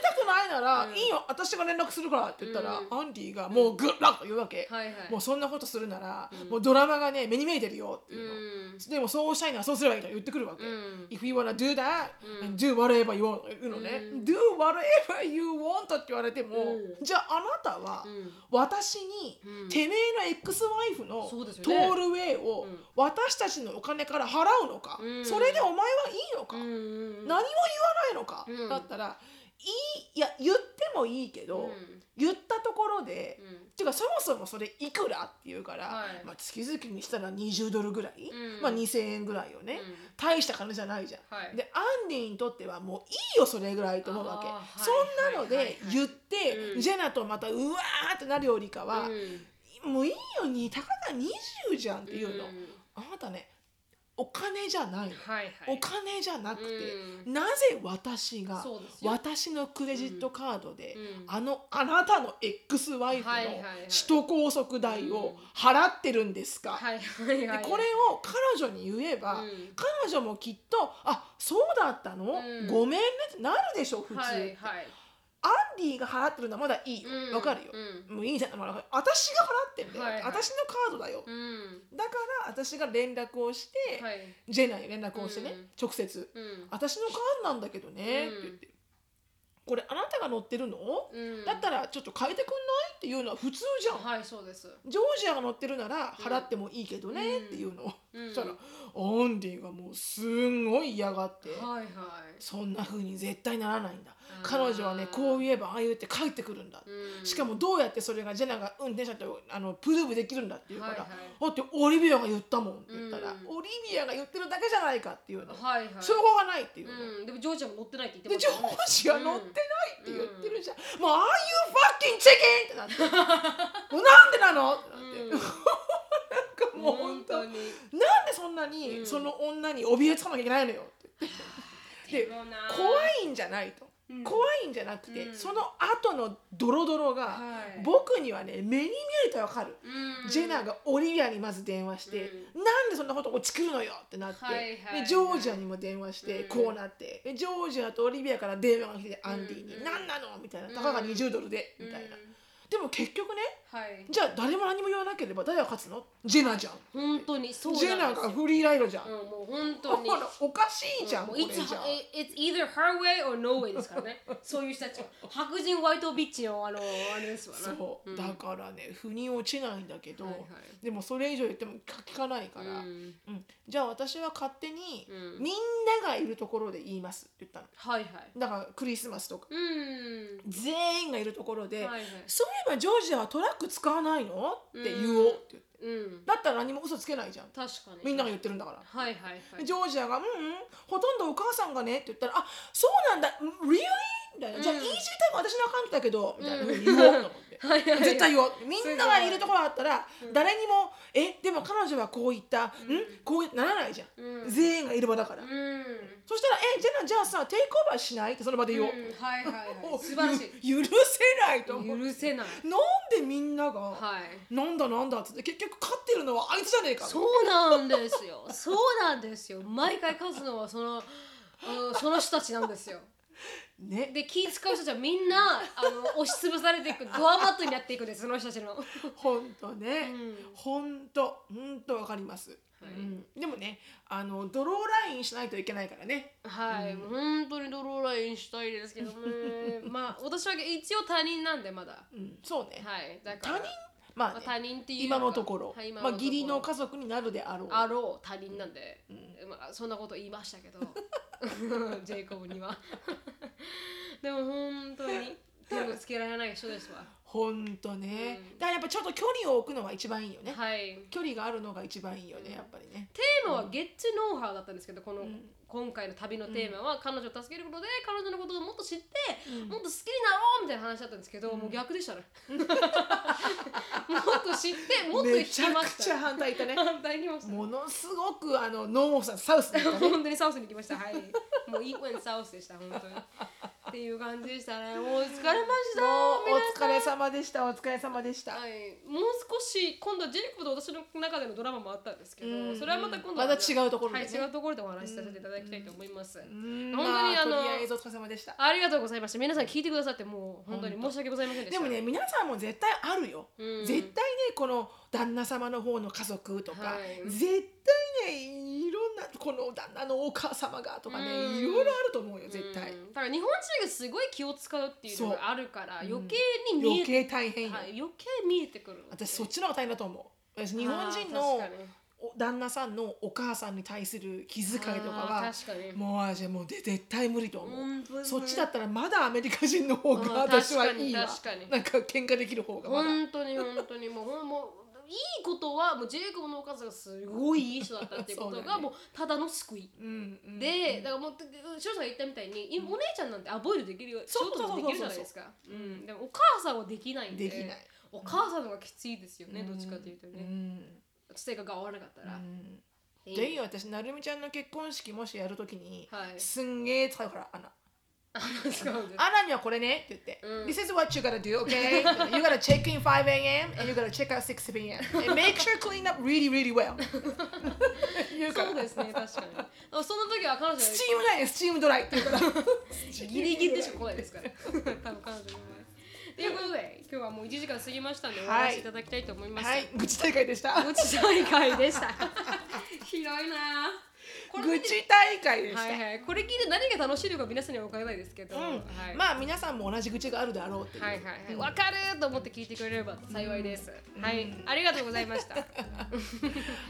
たくないなら、うんいいよ私が連絡するからって言ったら、うんアンディがもうグッラッと言うわけ、はいはい。もうそんなことするなら、うんもうドラマがね目に見えてるよってういうの、ん。でもそうしたいならそうすればいいと言ってくるわけ、うん If you wanna do that、うん do whatever you want 言うのね、うん do whatever you want って言われても、うんじゃああなたは、うん。私に、うんてめえの X ワイフのそうですよトねールウェイをうん私たちのお金から払うのか、うんそれでおお前はいいのか、うんうんうん何も言わないのか、うんだったらいいいや言ってもいいけど、うん言ったところで、うてかそもそもそれいくらって言うから、はいまあ、月々にしたら20ドルぐらい、うんまあ、2,000円ぐらいよね、ん大した金じゃないじゃん。はいでアンディにとってはもういいよそれぐらいと思うわけ、あーはいそんなはのいはいではい言って、うんジェナとまたうわーってなるよりかはう、んもういいよにたかが20じゃんって言うの、んあなたねお金じゃないの、はいはいお金じゃなくて、うんなぜ私がそうですよ私のクレジットカードで、うんあのあなたの X ワイフのはいはいはい首都高速代を払ってるんですか、はいはいはいでこれを彼女に言えば、うん彼女もきっと「あそうだったの、うんごめんね」ってなるでしょ普通、はいはいアンディが払ってるのはまだいいようんわ、かるよ、うもういいじゃんまあ私が払ってるんだよ、はいはい私のカードだよ、うんだから私が連絡をして、はいジェナに連絡をしてね、うん直接うん「私のカードなんだけどね」って言って「これあなたが乗ってるのうんだったらちょっと変えてくんない?」っていうのは普通じゃん、はいそうですジョージアが乗ってるなら払ってもいいけどねうんっていうのを、うんそしたらアンディがもうすんごい嫌がって、はいはいそんな風に絶対ならないんだあー彼女はねこう言えばああ言って帰ってくるんだ、うんしかもどうやってそれがジェナが運転者とあのプルーブできるんだっていうから、はいはいだってオリビアが言ったもんって言ったら、うんオリビアが言ってるだけじゃないかっていうの、はいはい証拠がないっていうの、うんでもジョージアも乗ってないって言でってジョましたーねジが乗ってないって言ってるじゃん、もうああいうファッキンチキンってなっ てもうなんでなのってなって、うんなんかもう 本本当当になんでそんなに、うんその女に怯えつかなきゃいけないのよってでもな怖いんじゃないと、うん怖いんじゃなくて、うんその後のドロドロが、はい僕にはね目に見えてわかる、うんジェナがオリビアにまず電話して、うなんでそんなこと落ちくるのよってなって、はいはいはいでジョージアにも電話して、うんこうなってでジョージアとオリビアから電話が来てアンディに「うん何なの?」みたいな「うんたかが20ドルで」みたいな、うんでも結局ねはいじゃあ誰も何も言わなければ誰が勝つのジェナじゃん本当にそうなんジですェよナがフリーライドじゃうん、んもう本当にほらおかしいじゃもん、こうれ it's, じゃん it's either her way or no way ですから ねそういう人たちは白人ホワイトビッチのあのあれですわなそう、んだからね腑に落ちないんだけど、はいはでもそれ以上言っても聞かないから、うんうんじゃあ私は勝手に、うんみんながいるところで言いますって言ったのはいはいだからクリスマスとかうん全員がいるところで、はいはいそういえばジョージアはトラック使わないのって言おうって言ってうんだったら何も嘘つけないじゃん確かにみんなが言ってるんだから。はいはいはいジョージアが「うんうんほとんどお母さんがね」って言ったら「あそうなんだ really?」みたいな「じゃあう easy ん time 私のアカウントだけど」みたいなふうに言おうと思って。 はいはいはい絶対言おうみんながいるところあったら誰にも「えでも彼女はこう言った、うん、こうならないじゃん、うん全員がいる場だから、うんそしたら「えじゃあじゃあさテイクオーバーしない?」ってその場で言 おう、うんはいはいもはうい素晴らしいゆ許せないと思う許せないなんでみんなが、はいなんだなんだっつって結局勝ってるのはあいつじゃねえかそうなんですよ。そうなんですよ。毎回勝つのはその、うんその人たちなんですよ。ねで気使う人たちはみんなあの押しつぶされていくドアマットになっていくんですその人たちの。ほんとね、うんほんとほんとわかります、はいうんでもねあのドローラインしないといけないからねはい、もう本当にドローラインしたいですけどね。まあ私は一応他人なんでまだ。はうんそうね、い。だか他ら人まあ、まあね、他人っていうか今のところ、はい今まあところ義理の家族になるであろうあろう他人なんで、まあ、そんなこと言いましたけど ジェイコブには でも本当に手をつけられない人ですわほんとね、うんだからやっぱちょっと距離を置くのが一番いいよね、はい距離があるのが一番いいよねやっぱりねテーマは「ゲッツノウハウ」だったんですけどこの、ん今回の旅のテーマは、彼女を助けることで彼女のことをもっと知って、うんもっと好きになろうみたいな話だったんですけど、もう逆でしたね もっと知ってもっとめ引ちきゃまくしちゃ た反対いたね反対に来ましたものすごくあのノーモさんサウスにいたね 本当にサウスに行きましたはいもうイークンサウスでした本当にっていう感じでしたねもう疲れましたもう皆お疲れ様でしたお疲れ様でした、さんはいもう少し今度はジェリコと私の中でのドラマもあったんですけど、うんそれはまた今度また違うところでで、ねはい、違うところでお話しさせていただきたいと思います、うん本当にまあのとりあえずお疲れ様でしたありがとうございました皆さん聞いてくださってもう本当に申し訳ございませんでしでたもね皆さんも絶対あるよ、うん絶対ねこの旦那様の方の家族とか、はい絶対ねいろんなこの旦那のお母様がとかね、うんいろいろあると思うよ絶対、うんだから日本人がすごい気を使うっていうのがあるから余計に見余えて計大変よ、はい、余計見えてくるので私そっちの方が大変だと思う私日本あ人ー確のかにお旦那さんのお母さんに対する気遣いとかあはー確かにもうあじゃあもうで絶対無理と思う、本当にそっちだったらまだアメリカ人の方うんが私確はかにいいわ確かになんか喧嘩できる方がまだ、本当に本当にもうほんもういいことはもうジェイコブのお母さんがすごいいい人だったっていうこと そうだがねもうただの救い。うんうんで、だからもう翔さんが言ったみたいに、いお姉ちゃんなんてアボイルできるよ、仕そう事もできるじゃないですか。うん、でもお母さんはできないんで、できない、お母さんの方がきついですよね、うんどっちかというとうね、ん性格が合わなかったら。うんでじゃあいいよ私なるみちゃんの結婚式もしやるときに、はいすんげえ使うからアナあの そうですアナにはこれねって言って、うん This is what you gotta do, okay? you gotta check in 5 a.m. and you gotta check out 6 p.m. and make sure clean up really, really well. 言うからそうですね、確かに。その時は彼女はスチームないね、スチームドライって言うから。 ギリギリでしか来ないです から。多分彼女の場合。ということで、今日はもう1時間過ぎましたんで、終わらせていただきたいと思います。はい、愚痴大会でした。ごちそうい会でした。 ひどいなあ。これ愚痴大会でした。はいはい、これ聞いて何が楽しいのか皆さんには分からないですけど、うんはい、まあ皆さんも同じ愚痴があるだろうっていう。はいはいはい、分かると思って聞いてくれれば幸いです。んはういん、ありがとうございま した。終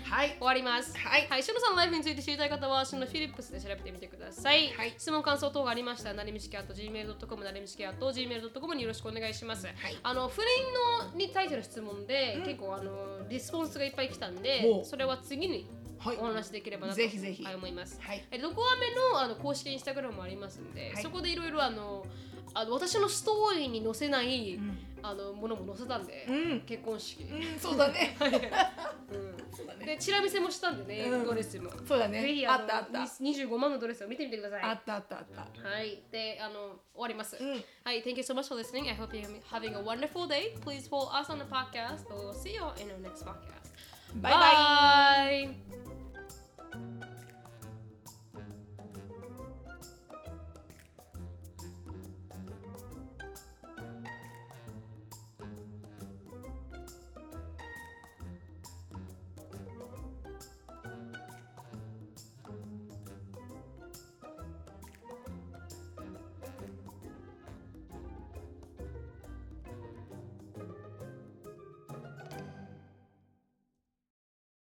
はいわります。はいはい、しのさんのライフについて知りたい方は、しのフィリップスで調べてみてください。はい質問、感想等がありましたら、なりみしきあと gmail.com、なりみしきあと gmail.com によろしくお願いします。あの、不倫のに対する質問で、うん結構あの、リスポンスがいっぱい来たんでほ、うそれは次にはい。お話しできればなとぜひぜひはい思います。はい。えどこアメのあの公式インスタグラムもありますんで、はいそこでいろいろあのあの私のストーリーに載せない、あのものも載せたんで、うん結婚式、うん、そうだね。うそうだん、ね。でチラ見せもしたんでね、うんドレスも、そうだぜね。ひああのったあった。 25万のドレスを見てみてくださいあったあったあった。はいであの終わります、うんはい Thank you so much for listening I hope you're having a wonderful day Please follow us on the podcast or see you in our next podcast Bye bye. bye.